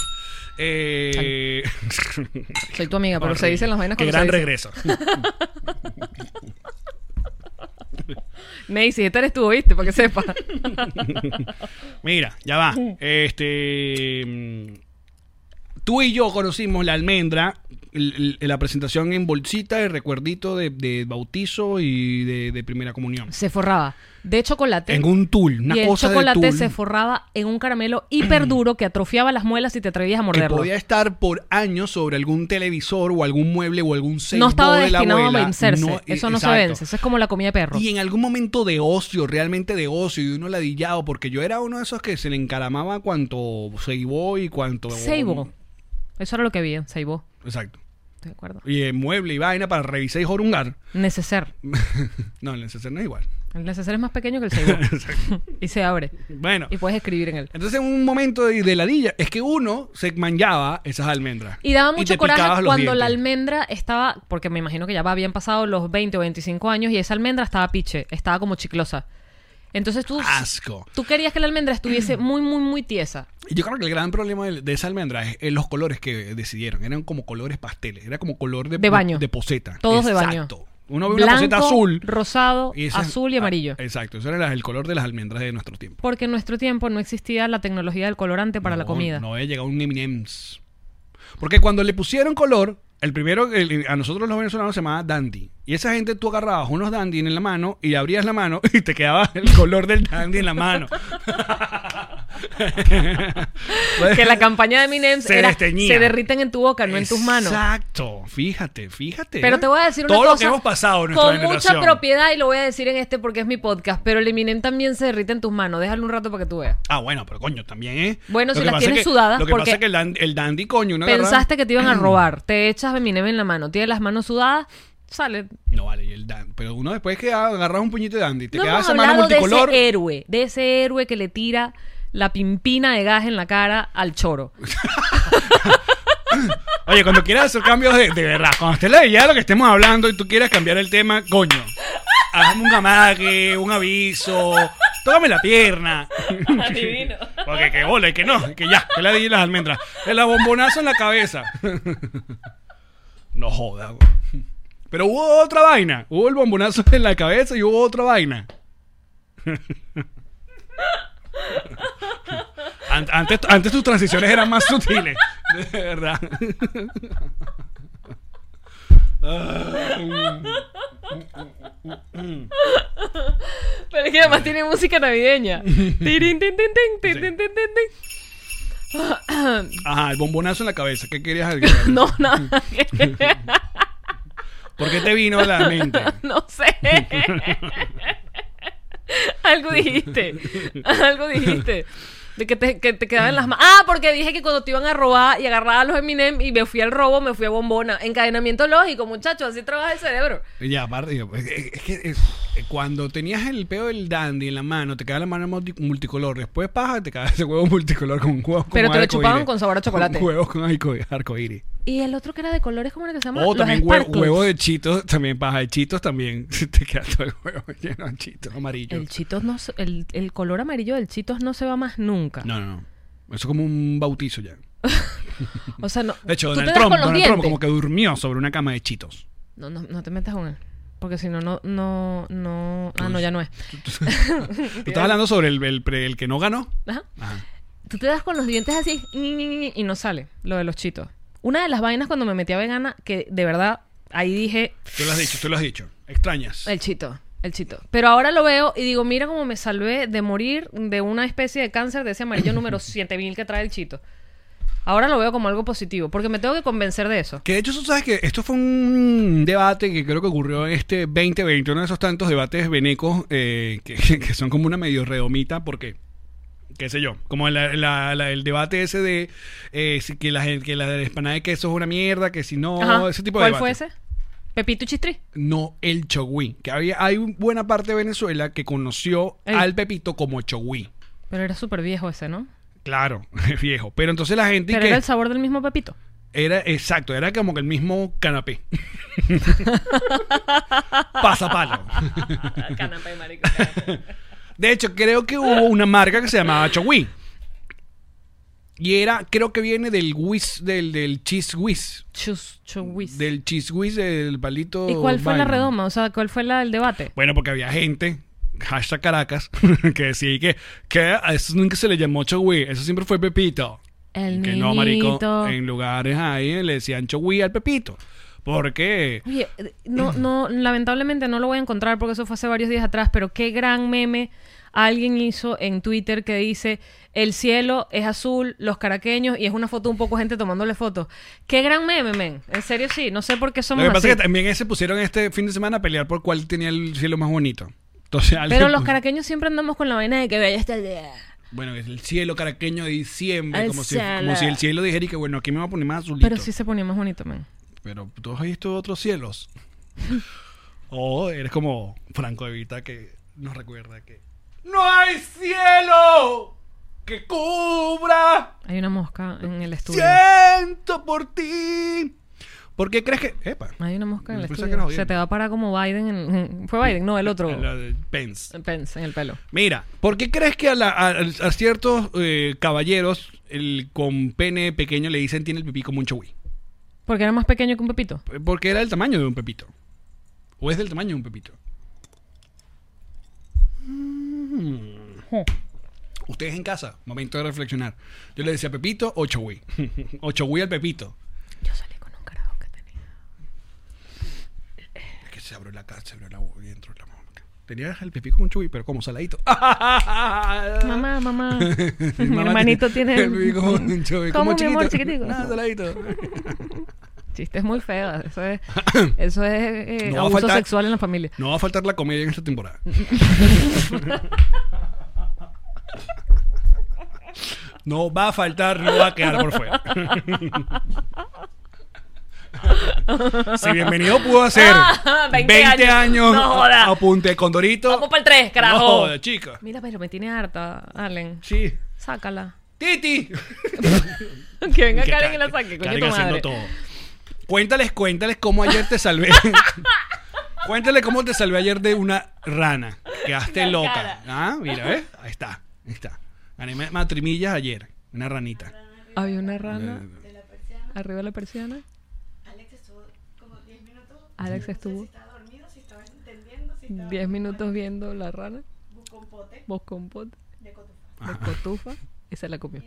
Speaker 2: Eh,
Speaker 1: Soy tu amiga, pero se
Speaker 2: horrible.
Speaker 1: dicen las vainas
Speaker 2: Qué
Speaker 1: cuando se
Speaker 2: gran
Speaker 1: dicen.
Speaker 2: regreso.
Speaker 1: Me dice, este eres tú, ¿oíste? Para que sepa.
Speaker 2: Mira, ya va. Este. mm, Tú y yo conocimos la almendra, l- l- la presentación en bolsita, el recuerdito de, de bautizo y de, de primera comunión.
Speaker 1: se forraba de chocolate.
Speaker 2: En un tul, una
Speaker 1: y el
Speaker 2: cosa de
Speaker 1: chocolate
Speaker 2: tul
Speaker 1: se forraba en un caramelo hiper duro que atrofiaba las muelas y te atrevías a
Speaker 2: que
Speaker 1: morderlo.
Speaker 2: podía estar por años sobre algún televisor o algún mueble o algún sello
Speaker 1: No estaba
Speaker 2: de la
Speaker 1: destinado
Speaker 2: abuela.
Speaker 1: a vencerse.
Speaker 2: No, eh,
Speaker 1: Eso no
Speaker 2: exacto.
Speaker 1: se vence. Eso es como la comida de perro.
Speaker 2: Y en algún momento de ocio, realmente de ocio, y uno ladillado, porque yo era uno de esos que se le encaramaba cuanto seibó y cuanto...
Speaker 1: Seibo. Eso era lo que había, Seibo.
Speaker 2: Exacto.
Speaker 1: ¿Te acuerdo?
Speaker 2: Y eh, mueble y vaina para revisar y jorungar.
Speaker 1: Neceser.
Speaker 2: no, el neceser no es igual.
Speaker 1: El neceser es más pequeño que el Seibo. y se abre.
Speaker 2: Bueno.
Speaker 1: Y puedes escribir en él.
Speaker 2: Entonces, en un momento de, de ladilla, es que uno se manchaba esas almendras.
Speaker 1: Y daba
Speaker 2: te
Speaker 1: mucho coraje
Speaker 2: picabas los
Speaker 1: cuando la
Speaker 2: dientes.
Speaker 1: almendra estaba, porque me imagino que ya habían pasado los 20 o 25 años y esa almendra estaba piche, estaba como chiclosa. Entonces tú,
Speaker 2: Asco.
Speaker 1: tú querías que la almendra estuviese muy, muy, muy tiesa.
Speaker 2: Yo creo que el gran problema de, de esa almendra es eh, los colores que decidieron. Eran como colores pasteles. Era como color de,
Speaker 1: De baño.
Speaker 2: De poseta.
Speaker 1: Todos de baño.
Speaker 2: Exacto. Uno ve una
Speaker 1: Blanco,
Speaker 2: poseta azul.
Speaker 1: rosado,
Speaker 2: esa-
Speaker 1: azul y amarillo.
Speaker 2: ah, exacto. Eso era la- el color de las almendras de nuestro tiempo.
Speaker 1: Porque en nuestro tiempo no existía la tecnología del colorante para la
Speaker 2: No,
Speaker 1: comida.
Speaker 2: No había llegado un Eminems. Porque cuando le pusieron color, el primero, el- el- a nosotros los venezolanos se llamaba dandy. Y esa gente tú agarrabas unos dandy en la mano y abrías la mano y te quedaba el color del dandy en la mano.
Speaker 1: Que la campaña de Minems
Speaker 2: Se
Speaker 1: era
Speaker 2: desteñía.
Speaker 1: se derriten en tu boca, no en tus manos.
Speaker 2: Exacto. Fíjate, fíjate. ¿eh?
Speaker 1: Pero te voy a decir
Speaker 2: Todo
Speaker 1: una
Speaker 2: lo
Speaker 1: cosa.
Speaker 2: que hemos pasado en nuestra
Speaker 1: Con
Speaker 2: generación.
Speaker 1: mucha propiedad, y lo voy a decir en este porque es mi podcast, pero el Eminem también se derrite en tus manos. Déjalo un rato para que tú veas.
Speaker 2: Ah, bueno, pero coño, también, ¿eh?
Speaker 1: Bueno, si
Speaker 2: que
Speaker 1: las
Speaker 2: pasa
Speaker 1: tienes
Speaker 2: es que-
Speaker 1: sudadas,
Speaker 2: Lo que
Speaker 1: porque
Speaker 2: pasa es que el, dan- el dandy, coño, una
Speaker 1: Pensaste que te iban a robar. Te echas Eminem en la mano. Tienes las manos sudadas, sale.
Speaker 2: No vale, y el dan- pero uno después que agarras un puñito de dandy, te
Speaker 1: no
Speaker 2: quedaba
Speaker 1: hemos
Speaker 2: esa mano
Speaker 1: hablado de
Speaker 2: multicolor.
Speaker 1: ese héroe. De ese héroe que le tira la pimpina de gas en la cara al choro.
Speaker 2: Oye, cuando quieras hacer cambios de, de verdad, cuando estés la ya lo que estemos hablando y tú quieras cambiar el tema, coño, hazme un amague, un aviso, tócame la pierna.
Speaker 1: Divino.
Speaker 2: Porque que bola y que no, que ya, que la di las almendras. El bombonazo en la cabeza. No joda, güey. Pero hubo otra vaina. Hubo el bombonazo en la cabeza y hubo otra vaina. An- Antes, antes tus transiciones eran más sutiles. De verdad.
Speaker 1: Pero es que además tiene música navideña. Tirin, tin, tin, tin, tin,
Speaker 2: Sí.
Speaker 1: tin, tin, tin, tin.
Speaker 2: Ajá, el bombonazo en la cabeza. ¿Qué querías agregar?
Speaker 1: No, nada. que-
Speaker 2: ¿Por qué te vino a la mente?
Speaker 1: No sé. Algo dijiste. Algo dijiste. De que te, que te quedaban las manos. Ah, porque dije que cuando te iban a robar y agarraba a los Eminem y me fui al robo, me fui a bombona. Encadenamiento lógico, muchachos. Así trabaja el cerebro.
Speaker 2: Ya, aparte, yo, pues, es es que es- cuando tenías el peo del dandy en la mano, te quedaba la mano multi- multicolor. Después paja, te quedaba ese huevo multicolor con huevos con
Speaker 1: Pero te lo
Speaker 2: arcoíris.
Speaker 1: chupaban con sabor a chocolate.
Speaker 2: Con huevos con arco- arcoíris.
Speaker 1: Y el otro que era de colores, ¿cómo era que se llama?
Speaker 2: O
Speaker 1: Los
Speaker 2: Oh, también hue-
Speaker 1: sparkles.
Speaker 2: huevo de chitos, también paja de chitos también. te queda todo el huevo lleno de chitos amarillos.
Speaker 1: El chitos no se- el, el color amarillo del chitos no se va más nunca.
Speaker 2: No, no, no. Eso es como un bautizo ya.
Speaker 1: O sea, no.
Speaker 2: De hecho,
Speaker 1: tú te
Speaker 2: Donald
Speaker 1: das
Speaker 2: Trump,
Speaker 1: con los
Speaker 2: Donald Trump
Speaker 1: dientes.
Speaker 2: como que durmió sobre una cama de chitos.
Speaker 1: No, no, no te metas con él. Porque si no, no, no, no. Ah, no, ya no es.
Speaker 2: ¿Tú estás hablando sobre el, el pre- el que no ganó?
Speaker 1: Ajá.
Speaker 2: Ajá.
Speaker 1: Tú te das con los dientes así y no sale lo de los chitos. Una de las vainas cuando me metí a vegana, que de verdad ahí dije,
Speaker 2: Tú lo has dicho, tú lo has dicho. Extrañas.
Speaker 1: el chito, el chito. Pero ahora lo veo y digo, mira cómo me salvé de morir de una especie de cáncer de ese amarillo número 7000 que trae el chito. Ahora lo veo como algo positivo, porque me tengo que convencer de eso.
Speaker 2: Que de hecho, tú sabes que esto fue un debate que creo que ocurrió en este 2020, uno de esos tantos debates venecos eh, que, que son como una medio redomita, porque, qué sé yo, como la- la- la- el debate ese de eh, si- que, la, que la empanada de queso es una mierda, que si no,
Speaker 1: Ajá.
Speaker 2: ese tipo de
Speaker 1: ¿Cuál
Speaker 2: debate.
Speaker 1: fue ese? Pepito y Chistri.
Speaker 2: No, el chogüí. Que había, hay un- buena parte de Venezuela que conoció
Speaker 1: El-
Speaker 2: al Pepito como chogüí.
Speaker 1: Pero era súper viejo ese, ¿no?
Speaker 2: Claro, viejo. Pero entonces la gente
Speaker 1: Pero
Speaker 2: que
Speaker 1: era el sabor del mismo Pepito.
Speaker 2: era exacto, era como que el mismo canapé. Pasapalo.
Speaker 1: Canapé, marico.
Speaker 2: De hecho, creo que hubo una marca que se llamaba Chogui. Y era, creo que viene del whiz, del, del cheese whiz.
Speaker 1: Chus, chuwis.
Speaker 2: Del cheese whiz, del palito.
Speaker 1: ¿Y cuál fue la
Speaker 2: vaina.
Speaker 1: redoma? O sea, ¿cuál fue la, el debate?
Speaker 2: Bueno, porque había gente, hashtag Caracas, que decía que, que a eso nunca se le llamó Chogui, eso siempre fue Pepito.
Speaker 1: El
Speaker 2: que no, marico,
Speaker 1: niñito.
Speaker 2: en lugares ahí le decían Chogui al Pepito. Porque...
Speaker 1: Oye, eh, no, no, lamentablemente no lo voy a encontrar porque eso fue hace varios días atrás, pero qué gran meme alguien hizo en Twitter que dice el cielo es azul, los caraqueños, y es una foto un poco gente tomándole fotos. Qué gran meme, men. En serio, sí. No sé por qué
Speaker 2: Lo
Speaker 1: somos
Speaker 2: que pasa
Speaker 1: así.
Speaker 2: es que también se pusieron este fin de semana a pelear por cuál tenía el cielo más bonito. Entonces, alguien
Speaker 1: Pero los
Speaker 2: puso-
Speaker 1: caraqueños siempre andamos con la vaina de que vaya esta idea.
Speaker 2: Bueno, es el cielo caraqueño de diciembre,
Speaker 1: Al
Speaker 2: como si,
Speaker 1: cielo.
Speaker 2: como si el cielo dijera y que bueno, aquí me va a poner más azulito.
Speaker 1: Pero sí se ponía más bonito, men.
Speaker 2: Pero tú has visto otros cielos. o eres como Franco Evita que nos recuerda que no hay cielo que cubra
Speaker 1: Hay una mosca en el estudio.
Speaker 2: siento por ti. ¿Por qué crees que epa?
Speaker 1: Hay una mosca en el
Speaker 2: Pensé que
Speaker 1: estudio.
Speaker 2: era
Speaker 1: se te
Speaker 2: Biden.
Speaker 1: va a parar como Biden. en- Fue Biden, no, el otro.
Speaker 2: La de Pence.
Speaker 1: Pence, en el pelo.
Speaker 2: Mira, ¿por qué crees que a, la- a- a ciertos eh, caballeros el, con pene pequeño le dicen tiene el pipí como un chagüí?
Speaker 1: Porque era más pequeño que un pepito.
Speaker 2: Porque era el tamaño de un pepito. O es del tamaño de un pepito. Ustedes en casa, momento de reflexionar. Yo le decía Pepito o Chogui. o Chogui al Pepito.
Speaker 1: Yo salí con un carajo que tenía.
Speaker 2: Es que se abrió la casa, se abrió la boca y entró la mamá. Tenía el pipí como un chugui, pero como saladito.
Speaker 1: Mamá, mamá.
Speaker 2: Mi
Speaker 1: mi
Speaker 2: mamá
Speaker 1: hermanito tiene.
Speaker 2: el pipí como un chugui,
Speaker 1: ¿Cómo,
Speaker 2: como
Speaker 1: mi amor,
Speaker 2: chiquito.
Speaker 1: chiquitico?
Speaker 2: Ah, saladito.
Speaker 1: Chiste es muy feo. Eso es, eso es eh,
Speaker 2: No va a
Speaker 1: abuso
Speaker 2: faltar.
Speaker 1: sexual en la familia.
Speaker 2: No va a faltar la comedia en esta temporada. No va a faltar, no va a quedar por fuera. Si bienvenido pudo hacer 20,
Speaker 1: 20
Speaker 2: años,
Speaker 1: Ah, años. No joda.
Speaker 2: apunte con Dorito.
Speaker 1: Vamos para el 3, carajo.
Speaker 2: No joda, chica.
Speaker 1: Mira, pero me tiene harta, Allen.
Speaker 2: Sí.
Speaker 1: Sácala.
Speaker 2: Titi.
Speaker 1: Que venga
Speaker 2: Que
Speaker 1: Karen
Speaker 2: Karen-
Speaker 1: y la saque, coño
Speaker 2: Karen
Speaker 1: tu
Speaker 2: haciendo
Speaker 1: madre.
Speaker 2: todo. Cuéntales, cuéntales cómo ayer te salvé. cuéntales cómo te salvé ayer de una rana. Quedaste
Speaker 1: La
Speaker 2: loca.
Speaker 1: cara.
Speaker 2: Ah, mira, ¿ves? Ahí está, ahí está. Gané ma- matrimillas ayer. Una ranita.
Speaker 1: Había una rana arriba de la persiana. Alex estuvo como 10 minutos. Alex estuvo. 10 minutos viendo la rana. Vos compote. De cotufa. Ah. Y se la comió.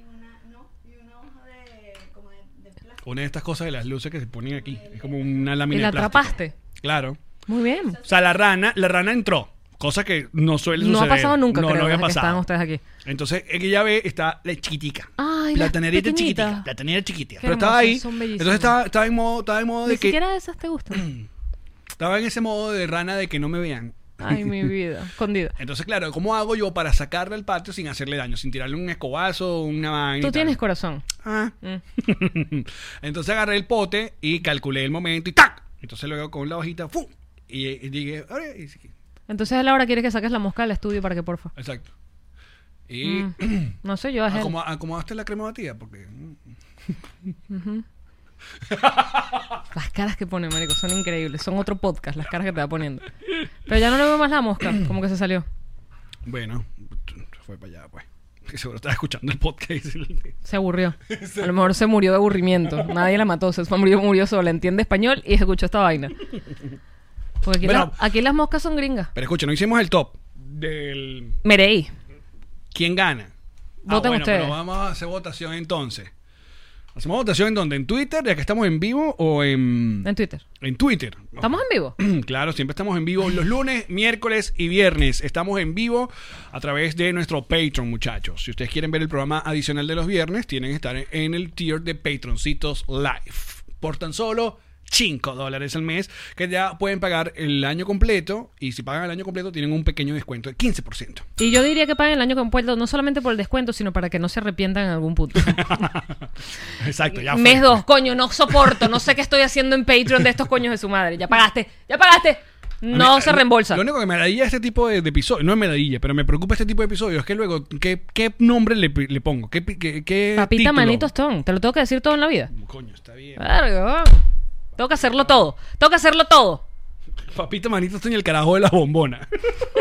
Speaker 2: Una de estas cosas de las luces que se ponen aquí. Es como una lámina
Speaker 1: Y la
Speaker 2: de plástico.
Speaker 1: atrapaste.
Speaker 2: Claro.
Speaker 1: Muy bien.
Speaker 2: O sea, la rana, la rana entró. Cosa que no suele
Speaker 1: No
Speaker 2: suceder.
Speaker 1: ha pasado nunca,
Speaker 2: No,
Speaker 1: creo,
Speaker 2: no había
Speaker 1: desde que estaban
Speaker 2: pasado.
Speaker 1: ustedes aquí.
Speaker 2: Entonces, es que ya ve, está la chiquitica.
Speaker 1: Ay, las
Speaker 2: platanerita
Speaker 1: pequeñitas.
Speaker 2: chiquitica. Platanera chiquitica.
Speaker 1: Qué
Speaker 2: Pero estaba
Speaker 1: hermosas,
Speaker 2: ahí.
Speaker 1: son bellísimas.
Speaker 2: Entonces estaba, estaba en modo, estaba en modo de
Speaker 1: Ni
Speaker 2: que.
Speaker 1: siquiera esas te gustan.
Speaker 2: Estaba en ese modo de rana de que no me vean.
Speaker 1: Ay, mi vida. Escondida.
Speaker 2: Entonces, claro, ¿cómo hago yo para sacarla al patio sin hacerle daño? Sin tirarle un escobazo, una vaina.
Speaker 1: Tú
Speaker 2: y tal?
Speaker 1: tienes corazón.
Speaker 2: Ah.
Speaker 1: Mm.
Speaker 2: Entonces agarré el pote y calculé el momento y ¡tac! Entonces luego con la hojita ¡fu! Y, y dije, "Ahora", y sí,
Speaker 1: Entonces Laura quiere que saques la mosca del estudio para que porfa.
Speaker 2: exacto. Y
Speaker 1: Mm. No sé, yo es él.
Speaker 2: acomo- acomodaste la crema batida porque... mm,
Speaker 1: Las caras que pone, marico, son increíbles. Son otro podcast, las caras que te va poniendo. Pero ya no le veo más la mosca, como que se salió.
Speaker 2: Bueno, fue para allá pues. Que seguro estaba escuchando el podcast.
Speaker 1: Se aburrió. A lo mejor se murió de aburrimiento. Nadie la mató, se murió, murió sola. Entiende español y escuchó esta vaina. Porque aquí,
Speaker 2: Bueno.
Speaker 1: las- aquí las moscas son gringas.
Speaker 2: Pero escucha, no hicimos el top del
Speaker 1: Merey.
Speaker 2: quién gana. Ah,
Speaker 1: Voten
Speaker 2: bueno,
Speaker 1: ustedes.
Speaker 2: pero vamos a hacer votación entonces. ¿Hacemos votación en dónde? ¿En Twitter? ¿Ya que estamos en vivo o en,
Speaker 1: En Twitter.
Speaker 2: en Twitter?
Speaker 1: ¿Estamos en vivo?
Speaker 2: Claro, siempre estamos en vivo los lunes, miércoles y viernes. Estamos en vivo a través de nuestro Patreon, muchachos. Si ustedes quieren ver el programa adicional de los viernes, tienen que estar en- en el tier de Patroncitos Live. Por tan solo 5 dólares al mes, que ya pueden pagar el año completo. Y si pagan el año completo, tienen un pequeño descuento de 15%.
Speaker 1: Y yo diría que paguen el año completo, no solamente por el descuento, sino para que no se arrepientan en algún punto.
Speaker 2: Exacto, ya. fue.
Speaker 1: Mes dos, coño, no soporto, no sé qué estoy haciendo en Patreon de estos coños de su madre. Ya pagaste, ya pagaste. No
Speaker 2: A mí-
Speaker 1: se reembolsa.
Speaker 2: Lo único que me maravilla este tipo de, de episodios, no me maravilla, pero me preocupa este tipo de episodios, es que luego, ¿qué, qué nombre le, le pongo? ¿Qué, pi- qué, qué
Speaker 1: Papita
Speaker 2: título?
Speaker 1: manito Stone, te lo tengo que decir todo en la vida.
Speaker 2: Coño, está bien.
Speaker 1: Ah. Verga. Tengo que hacerlo todo. Tengo que hacerlo todo.
Speaker 2: Papita manito está en el carajo de la bombona.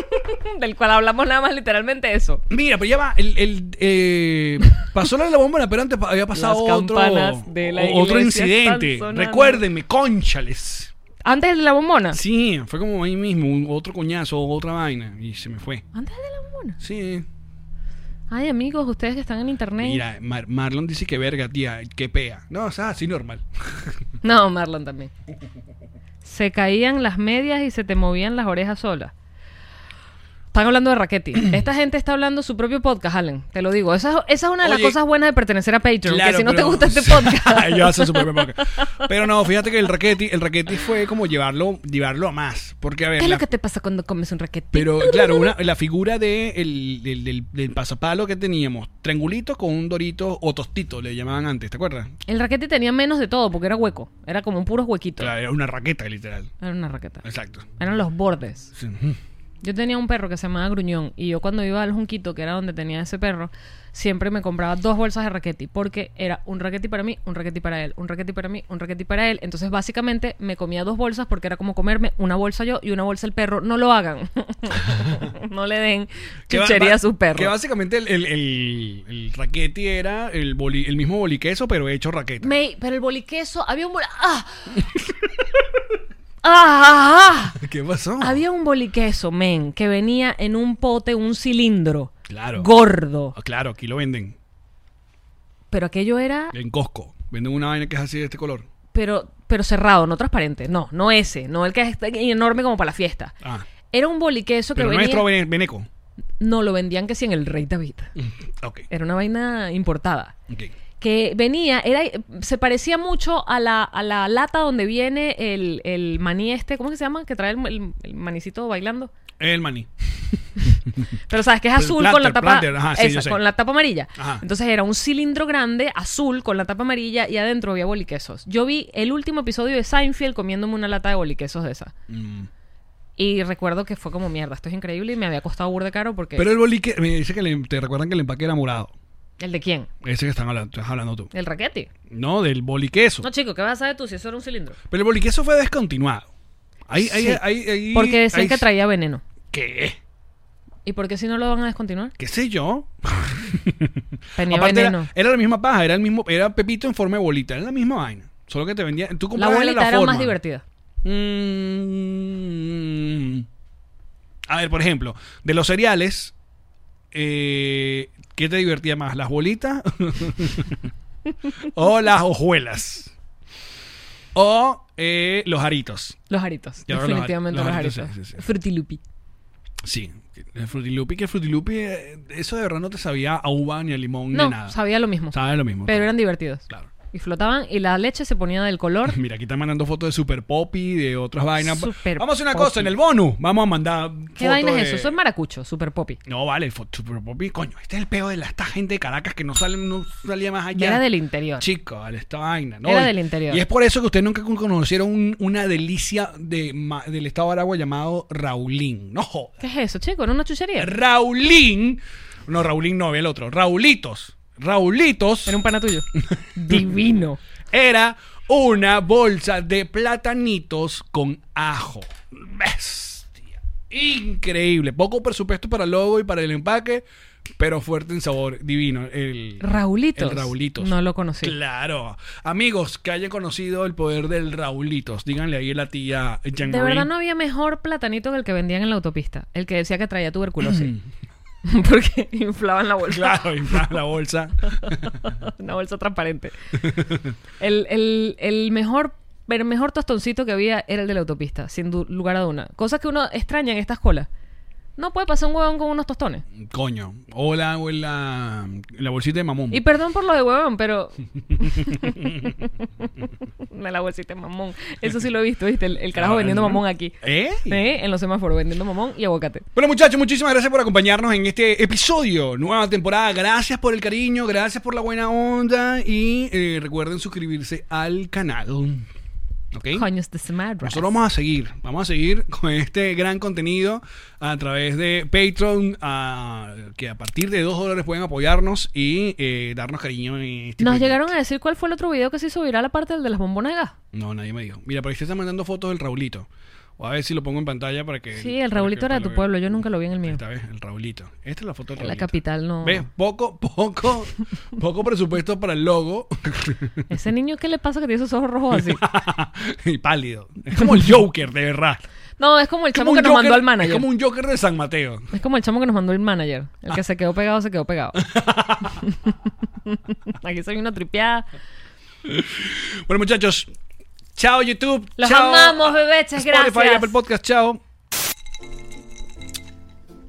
Speaker 1: Del cual hablamos nada más literalmente eso.
Speaker 2: Mira, pero ya va, el, el, eh, pasó la de la bombona, pero antes pa- había pasado
Speaker 1: Las
Speaker 2: otro,
Speaker 1: campanas de la
Speaker 2: o- otro
Speaker 1: iglesia
Speaker 2: incidente.
Speaker 1: están sonando. Ah.
Speaker 2: Recuérdenme, conchales.
Speaker 1: Antes de la bombona.
Speaker 2: Sí, fue como ahí mismo, un- otro coñazo, otra vaina, y se me fue.
Speaker 1: Antes de la bombona.
Speaker 2: Sí.
Speaker 1: Ay, amigos, ustedes que están en internet.
Speaker 2: Mira, Mar- Marlon dice que verga, tía, que pea. No, o sea, así normal.
Speaker 1: No, Marlon también. Se caían las medias y se te movían las orejas solas. Están hablando de Raquetti. Esta gente está hablando su propio podcast, Allen. Te lo digo. Esa, es- esa es una de las
Speaker 2: Oye,
Speaker 1: cosas buenas de pertenecer a Patreon. que si no te
Speaker 2: pero-
Speaker 1: gusta este podcast.
Speaker 2: Ellos hacen su propio podcast. Pero no, fíjate que el raquete, el raquete fue como llevarlo, llevarlo a más. Porque a ver.
Speaker 1: ¿Qué es
Speaker 2: la-
Speaker 1: lo que te pasa cuando comes un Raquetti?
Speaker 2: Pero claro, una- la figura de el- del- del, del pasapalo que teníamos, triangulito con un dorito o tostito, le llamaban antes, ¿te acuerdas?
Speaker 1: El Raquetti tenía menos de todo porque era hueco. Era como un puro huequito.
Speaker 2: Claro, era una raqueta, literal.
Speaker 1: Era una raqueta.
Speaker 2: Exacto.
Speaker 1: Eran los bordes.
Speaker 2: Sí, ujú.
Speaker 1: Yo tenía un perro que se llamaba Gruñón y yo cuando iba al Junquito, que era donde tenía ese perro, siempre me compraba dos bolsas de raqueti porque era un raqueti para mí, un raqueti para él, un raqueti para mí, un raqueti para él. Entonces básicamente me comía dos bolsas porque era como comerme una bolsa yo y una bolsa el perro. No lo hagan. no le den
Speaker 2: Que ba-
Speaker 1: chuchería
Speaker 2: ba-
Speaker 1: a sus
Speaker 2: Que
Speaker 1: perros.
Speaker 2: básicamente el, el, el- el raquete era el, boli- el mismo boliqueso, pero hecho raqueta.
Speaker 1: Me- pero el boliqueso, había un boli- ¡Ah! ¡Ah! ah, ah!
Speaker 2: ¿Qué pasó?
Speaker 1: Había un boliqueso, men, que venía en un pote, un cilindro.
Speaker 2: Claro.
Speaker 1: Gordo.
Speaker 2: Ah, Claro, aquí lo venden.
Speaker 1: Pero aquello era
Speaker 2: En Costco. Venden una vaina que es así de este color.
Speaker 1: pero, pero cerrado, no transparente. No, no ese, no el que es enorme como para la fiesta.
Speaker 2: Ah.
Speaker 1: Era un boliqueso que
Speaker 2: Pero
Speaker 1: venía.
Speaker 2: nuestro vene- veneco.
Speaker 1: No, lo vendían que sí en el Rey David.
Speaker 2: Mm, Ok.
Speaker 1: Era una vaina importada.
Speaker 2: ok.
Speaker 1: Que venía, era, se parecía mucho a la, a la lata donde viene el, el maní este, ¿cómo que se llama? Que trae el, el- el manicito bailando.
Speaker 2: El maní.
Speaker 1: Pero sabes que es
Speaker 2: El
Speaker 1: azul con la
Speaker 2: planter,
Speaker 1: tapa
Speaker 2: planter, ajá, sí, yo
Speaker 1: esa,
Speaker 2: sé.
Speaker 1: con la tapa amarilla.
Speaker 2: Ajá.
Speaker 1: Entonces era un cilindro grande azul con la tapa amarilla y adentro había boliquesos. Yo vi el último episodio de Seinfeld comiéndome una lata de boliquesos de esa.
Speaker 2: Mm.
Speaker 1: Y recuerdo que fue como mierda, esto es increíble y me había costado burda caro porque
Speaker 2: Pero el bolique. Me dice que le- te recuerdan que el empaque era morado.
Speaker 1: el de quién?
Speaker 2: Ese que están hablando, estás hablando tú.
Speaker 1: El raquete.
Speaker 2: No, del boliqueso.
Speaker 1: No, chico, ¿qué vas a saber tú si eso era un cilindro?
Speaker 2: Pero el boliqueso fue descontinuado. Ahí, ahí,
Speaker 1: Sí.
Speaker 2: ahí, ahí-
Speaker 1: Porque decían
Speaker 2: ahí-
Speaker 1: que traía veneno.
Speaker 2: ¿Qué?
Speaker 1: ¿Y por qué si no lo van a descontinuar?
Speaker 2: ¿Qué sé yo?
Speaker 1: Tenía
Speaker 2: Aparte
Speaker 1: veneno.
Speaker 2: era, eh, era la misma paja, era el mismo, era Pepito en forma de bolita, era la misma vaina. Solo que te vendía. Tú
Speaker 1: La
Speaker 2: comprabas
Speaker 1: bolita
Speaker 2: la
Speaker 1: era
Speaker 2: forma.
Speaker 1: más divertida.
Speaker 2: Mm. A ver, por ejemplo, de los cereales, eh, ¿qué te divertía más? ¿Las bolitas? ¿O las hojuelas? ¿O eh, los aritos?
Speaker 1: Los aritos.
Speaker 2: Ya, los
Speaker 1: definitivamente
Speaker 2: ari-
Speaker 1: los,
Speaker 2: los
Speaker 1: aritos.
Speaker 2: aritos, sí, sí, sí.
Speaker 1: Frutilupi.
Speaker 2: Sí, el frutilupi, que el frutilupi, eh, eso de verdad no te sabía a uva ni a limón ni
Speaker 1: No,
Speaker 2: nada.
Speaker 1: sabía lo mismo.
Speaker 2: Sabe lo mismo.
Speaker 1: Pero eran divertidos.
Speaker 2: Claro.
Speaker 1: Y flotaban y la leche se ponía del color.
Speaker 2: Mira, aquí están mandando fotos de Super Poppy, de otras vainas.
Speaker 1: Super
Speaker 2: vamos a hacer una
Speaker 1: Poppy.
Speaker 2: cosa, en el bonus vamos a mandar
Speaker 1: ¿Qué vaina
Speaker 2: fotos
Speaker 1: es eso?
Speaker 2: de-
Speaker 1: Eso es maracucho, super poppy.
Speaker 2: No, vale, fo- Super Poppy, coño, este es el peo de la, esta gente de Caracas que no, sale, no salía más allá.
Speaker 1: Era del interior.
Speaker 2: Chico, vale, esta vaina. ¿no?
Speaker 1: Era
Speaker 2: Y-
Speaker 1: del interior.
Speaker 2: Y es por eso que ustedes nunca conocieron un- una delicia de, ma- del estado de Aragua llamado Raulín. No jodas.
Speaker 1: ¿Qué es eso, chico? ¿Era una chuchería?
Speaker 2: Raulín. No, Raulín no, ve el otro. Raulitos. Raulitos
Speaker 1: Era un pana tuyo. Divino.
Speaker 2: era una bolsa de platanitos con ajo. Bestia. Increíble. Poco presupuesto para el logo y para el empaque, pero fuerte en sabor, divino. El
Speaker 1: Raulitos.
Speaker 2: El Raulitos.
Speaker 1: No lo conocí.
Speaker 2: Claro. Amigos, que hayan conocido el poder del Raulitos. Díganle ahí a la tía Jean
Speaker 1: De
Speaker 2: Marie.
Speaker 1: verdad no había mejor platanito que el que vendían en la autopista. El que decía que traía tuberculosis. Porque inflaban la bolsa.
Speaker 2: Mm. Claro, y más la bolsa.
Speaker 1: Una bolsa transparente. El, el- el mejor el mejor tostoncito que había era el de la autopista, sin du- lugar a duda. Cosas que uno extraña en estas colas. No puede pasar un huevón con unos tostones.
Speaker 2: Coño. O la, o la, la bolsita de mamón.
Speaker 1: Y perdón por lo de huevón, pero. Me la bolsita de mamón. Eso sí lo he visto, ¿viste? El, el carajo
Speaker 2: Ah,
Speaker 1: vendiendo
Speaker 2: ¿no?
Speaker 1: mamón aquí.
Speaker 2: ¿Eh?
Speaker 1: Sí, En los semáforos, vendiendo mamón y aguacate.
Speaker 2: Bueno muchachos, muchísimas gracias por acompañarnos en este episodio, nueva temporada. Gracias por el cariño, gracias por la buena onda y eh, recuerden suscribirse al canal. ¿Ok?
Speaker 1: Coño, este es mad,
Speaker 2: Nosotros vamos a seguir, vamos a seguir con este gran contenido a través de Patreon, a- que a partir de dos dólares pueden apoyarnos y eh, darnos cariño. En este
Speaker 1: Nos
Speaker 2: proyecto.
Speaker 1: llegaron a decir cuál fue el otro video que se subirá la parte del de las bombonas de gas.
Speaker 2: No, nadie me dijo. Mira, por ahí se están mandando fotos del Raulito. O a ver si lo pongo en pantalla para que...
Speaker 1: Sí, el
Speaker 2: para
Speaker 1: Raulito
Speaker 2: que-
Speaker 1: era
Speaker 2: para
Speaker 1: de tu
Speaker 2: lo-
Speaker 1: pueblo, yo nunca lo vi en el mío.
Speaker 2: Esta vez, el Raulito. Esta es la foto del
Speaker 1: La
Speaker 2: Raulito.
Speaker 1: capital no.
Speaker 2: ¿Ves? Poco, poco, poco presupuesto para el logo.
Speaker 1: Ese niño, ¿qué le pasa que tiene esos ojos rojos así?
Speaker 2: y pálido. Es como el Joker, de verdad.
Speaker 1: No, es como el chamo
Speaker 2: Como un
Speaker 1: que nos mandó
Speaker 2: Joker-
Speaker 1: al manager.
Speaker 2: Es como un Ah. Joker de San Mateo.
Speaker 1: el chamo que nos mandó el manager. El que se quedó pegado, se quedó pegado. Aquí soy una tripeada.
Speaker 2: Bueno, muchachos. Chao, YouTube.
Speaker 1: Los
Speaker 2: chao,
Speaker 1: amamos,
Speaker 2: a-
Speaker 1: bebeches,
Speaker 2: Spotify,
Speaker 1: gracias.
Speaker 2: Apple Podcast, chao.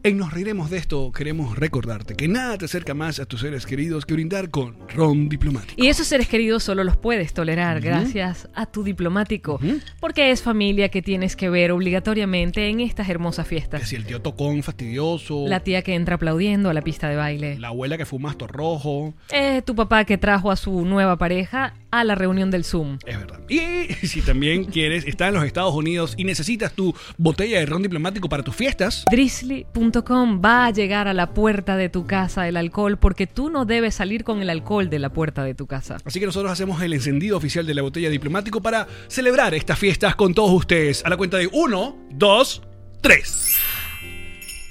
Speaker 2: En Nos Reiremos de Esto queremos recordarte que nada te acerca más a tus seres queridos que brindar con Ron Diplomático.
Speaker 1: Y esos seres queridos solo los puedes tolerar gracias a tu diplomático. Porque es familia que tienes que ver obligatoriamente en estas hermosas
Speaker 2: Que
Speaker 1: fiestas.
Speaker 2: si el tío tocón fastidioso,
Speaker 1: La
Speaker 2: la,
Speaker 1: tía que entra aplaudiendo a la pista de baile.
Speaker 2: abuela que fuma astor rojo,
Speaker 1: Eh, tu papá que trajo a su nueva pareja a la reunión del Zoom.
Speaker 2: es verdad. Y si también quieres, está en los Estados Unidos y necesitas tu botella de Ron Diplomático para tus fiestas,
Speaker 1: Drizzly.com va a llegar a la puerta de tu casa el alcohol porque tú no debes salir con el alcohol de la puerta de tu casa.
Speaker 2: Así que nosotros hacemos el encendido oficial de la botella diplomático para celebrar estas fiestas con todos ustedes. A la cuenta de 1, 2, 3.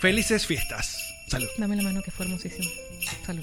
Speaker 2: Felices fiestas. Salud.
Speaker 1: Dame la mano que fue hermosísimo. Salud.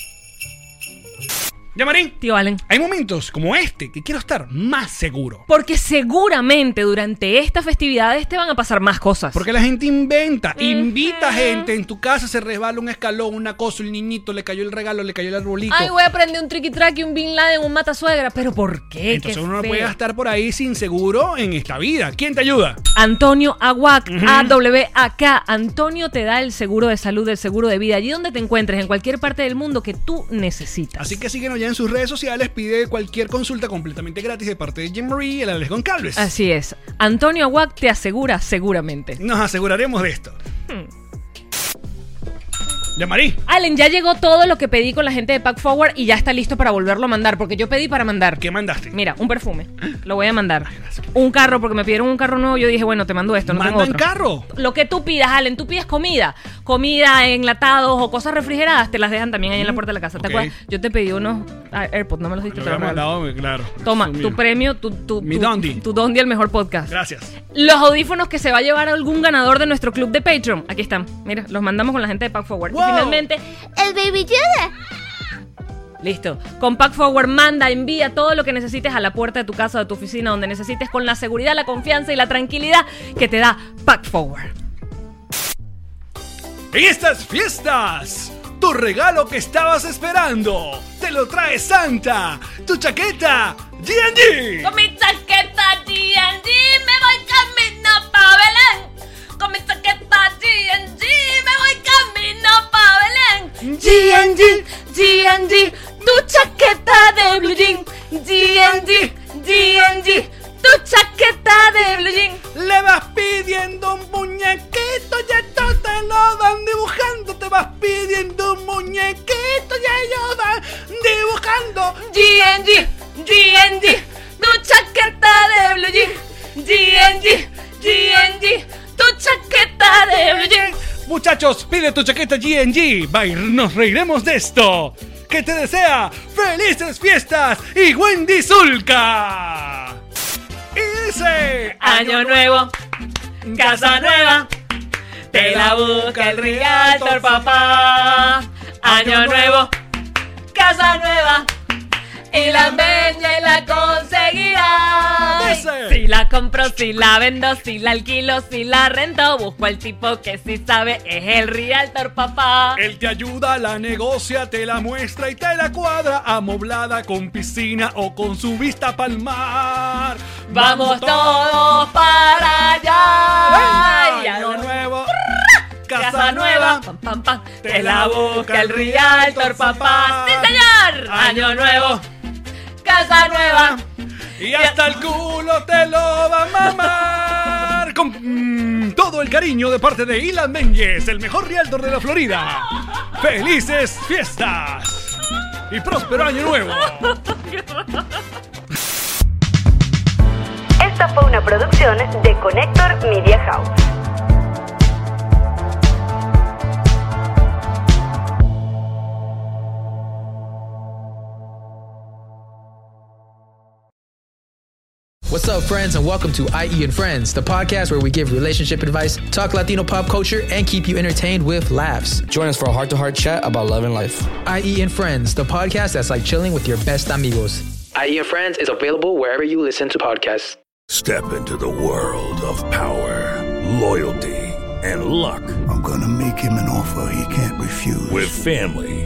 Speaker 2: Llamarín,
Speaker 1: Tío Allen.
Speaker 2: hay momentos como este que quiero estar más seguro.
Speaker 1: Porque seguramente durante estas festividades te van a pasar más cosas.
Speaker 2: Porque la gente inventa, invita gente, en tu casa se resbala un escalón, una cosa, el niñito, le cayó el regalo, le cayó el arbolito.
Speaker 1: Ay, voy a prender un tricky track y un Bin Laden, un matasuegra. ¿Pero por qué?
Speaker 2: Entonces
Speaker 1: Eh, Qué
Speaker 2: uno no
Speaker 1: feo.
Speaker 2: puede estar por ahí sin seguro en esta vida. ¿Quién te ayuda?
Speaker 1: Antonio Aguac, AWAK. Antonio te da el seguro de salud, el seguro de vida, allí donde te encuentres, en cualquier parte del mundo que tú necesitas.
Speaker 2: Así que síguenos ya en sus redes sociales, pide cualquier consulta completamente gratis de parte de Jim Marie y el Alex Goncalves.
Speaker 1: Así es. Antonio Aguac te asegura seguramente.
Speaker 2: Nos aseguraremos de esto.
Speaker 1: Hmm.
Speaker 2: Llamarí.
Speaker 1: Allen, ya llegó todo lo que pedí con la gente de Pack Forward y ya está listo para volverlo a mandar, porque yo pedí para mandar.
Speaker 2: ¿Qué mandaste?
Speaker 1: Mira, un perfume. Lo voy a mandar. Un carro, porque me pidieron un carro nuevo. Yo dije, bueno, te mando esto, no tengo
Speaker 2: ¿Mandan
Speaker 1: otro.
Speaker 2: carro?
Speaker 1: Lo que tú pidas, Allen, tú pides comida. Comida, enlatados o cosas refrigeradas, te las dejan también ahí en la puerta de la casa. ¿Te
Speaker 2: Ok.
Speaker 1: acuerdas? Yo te pedí unos ah, AirPods, no me los diste.
Speaker 2: Lo
Speaker 1: te
Speaker 2: había
Speaker 1: los regalo.
Speaker 2: mandado, claro.
Speaker 1: Toma,
Speaker 2: Eso,
Speaker 1: tu
Speaker 2: mira.
Speaker 1: premio, tu, tu,
Speaker 2: Mi
Speaker 1: tu-
Speaker 2: Dondi.
Speaker 1: tu Dondi, el mejor podcast.
Speaker 2: Gracias.
Speaker 1: Los audífonos que se va a llevar algún ganador de nuestro club de Patreon. Aquí están. Mira, los mandamos con la gente de Pack Forward.
Speaker 2: ¡Wow!
Speaker 1: Y finalmente,
Speaker 5: El Baby Yoda.
Speaker 1: listo. Con Pack Forward manda, envía todo lo que necesites a la puerta de tu casa o de tu oficina, donde necesites, con la seguridad, la confianza y la tranquilidad que te da Pack Forward.
Speaker 2: En estas fiestas, tu regalo que estabas esperando, te lo trae Santa. Tu chaqueta, GNG.
Speaker 5: Con mi chaqueta D&D me voy camino pa' Belén. Con mi chaqueta D&D me voy camino pa' Belén. D&D, D&D, tu chaqueta de blue jean. D&D, D&D, tu chaqueta de blue jean.
Speaker 2: Le vas pidiendo un muñequito y esto te lo van dibujando. Te vas pidiendo un muñequito y ellos van dibujando.
Speaker 5: D&D, D&D, tu chaqueta de blue jean. D&D, D&D, tu chaqueta de blue jean.
Speaker 2: Muchachos, pide tu chaqueta GNG. Bye, nos reiremos de esto. Que te desea felices fiestas y Wendy Zulka. Y dice:
Speaker 1: Año nuevo, casa nueva, te la busca el Realtor, papá. Año nuevo, casa nueva. Y la bella y la conseguirá.
Speaker 2: Dice.
Speaker 1: Si la compro, si la vendo, si la alquilo, si la rento, busco al tipo que sí sabe, es el realtor, papá.
Speaker 2: Él te ayuda, la negocia, te la muestra y te la cuadra, amoblada con piscina o con su vista pa'l mar.
Speaker 1: Vamos todos para allá. Y a
Speaker 2: Año
Speaker 1: la
Speaker 2: nuevo,
Speaker 1: Casa nueva, pam pam pam, te la busca el Realtor, papá. ¡Sí, señor! Año nuevo, casa nueva.
Speaker 2: Y hasta el culo te lo va a mamar. Con mm, todo el cariño de parte de Ilan Menges, el mejor realtor de la Florida. ¡Felices fiestas! Y próspero año nuevo.
Speaker 3: Esta fue una producción de Connector Media House.
Speaker 6: What's up, friends, and welcome to IE and Friends, the podcast where we give relationship advice, talk Latino pop culture, and keep you entertained with laughs.
Speaker 7: Join us for a heart to heart chat about love and life.
Speaker 6: IE and Friends, the podcast that's like chilling with your best amigos. IE E and Friends is available wherever you listen to podcasts.
Speaker 8: Step into the world of power, loyalty, and luck
Speaker 9: I'm gonna make him an offer he can't refuse.
Speaker 8: with family,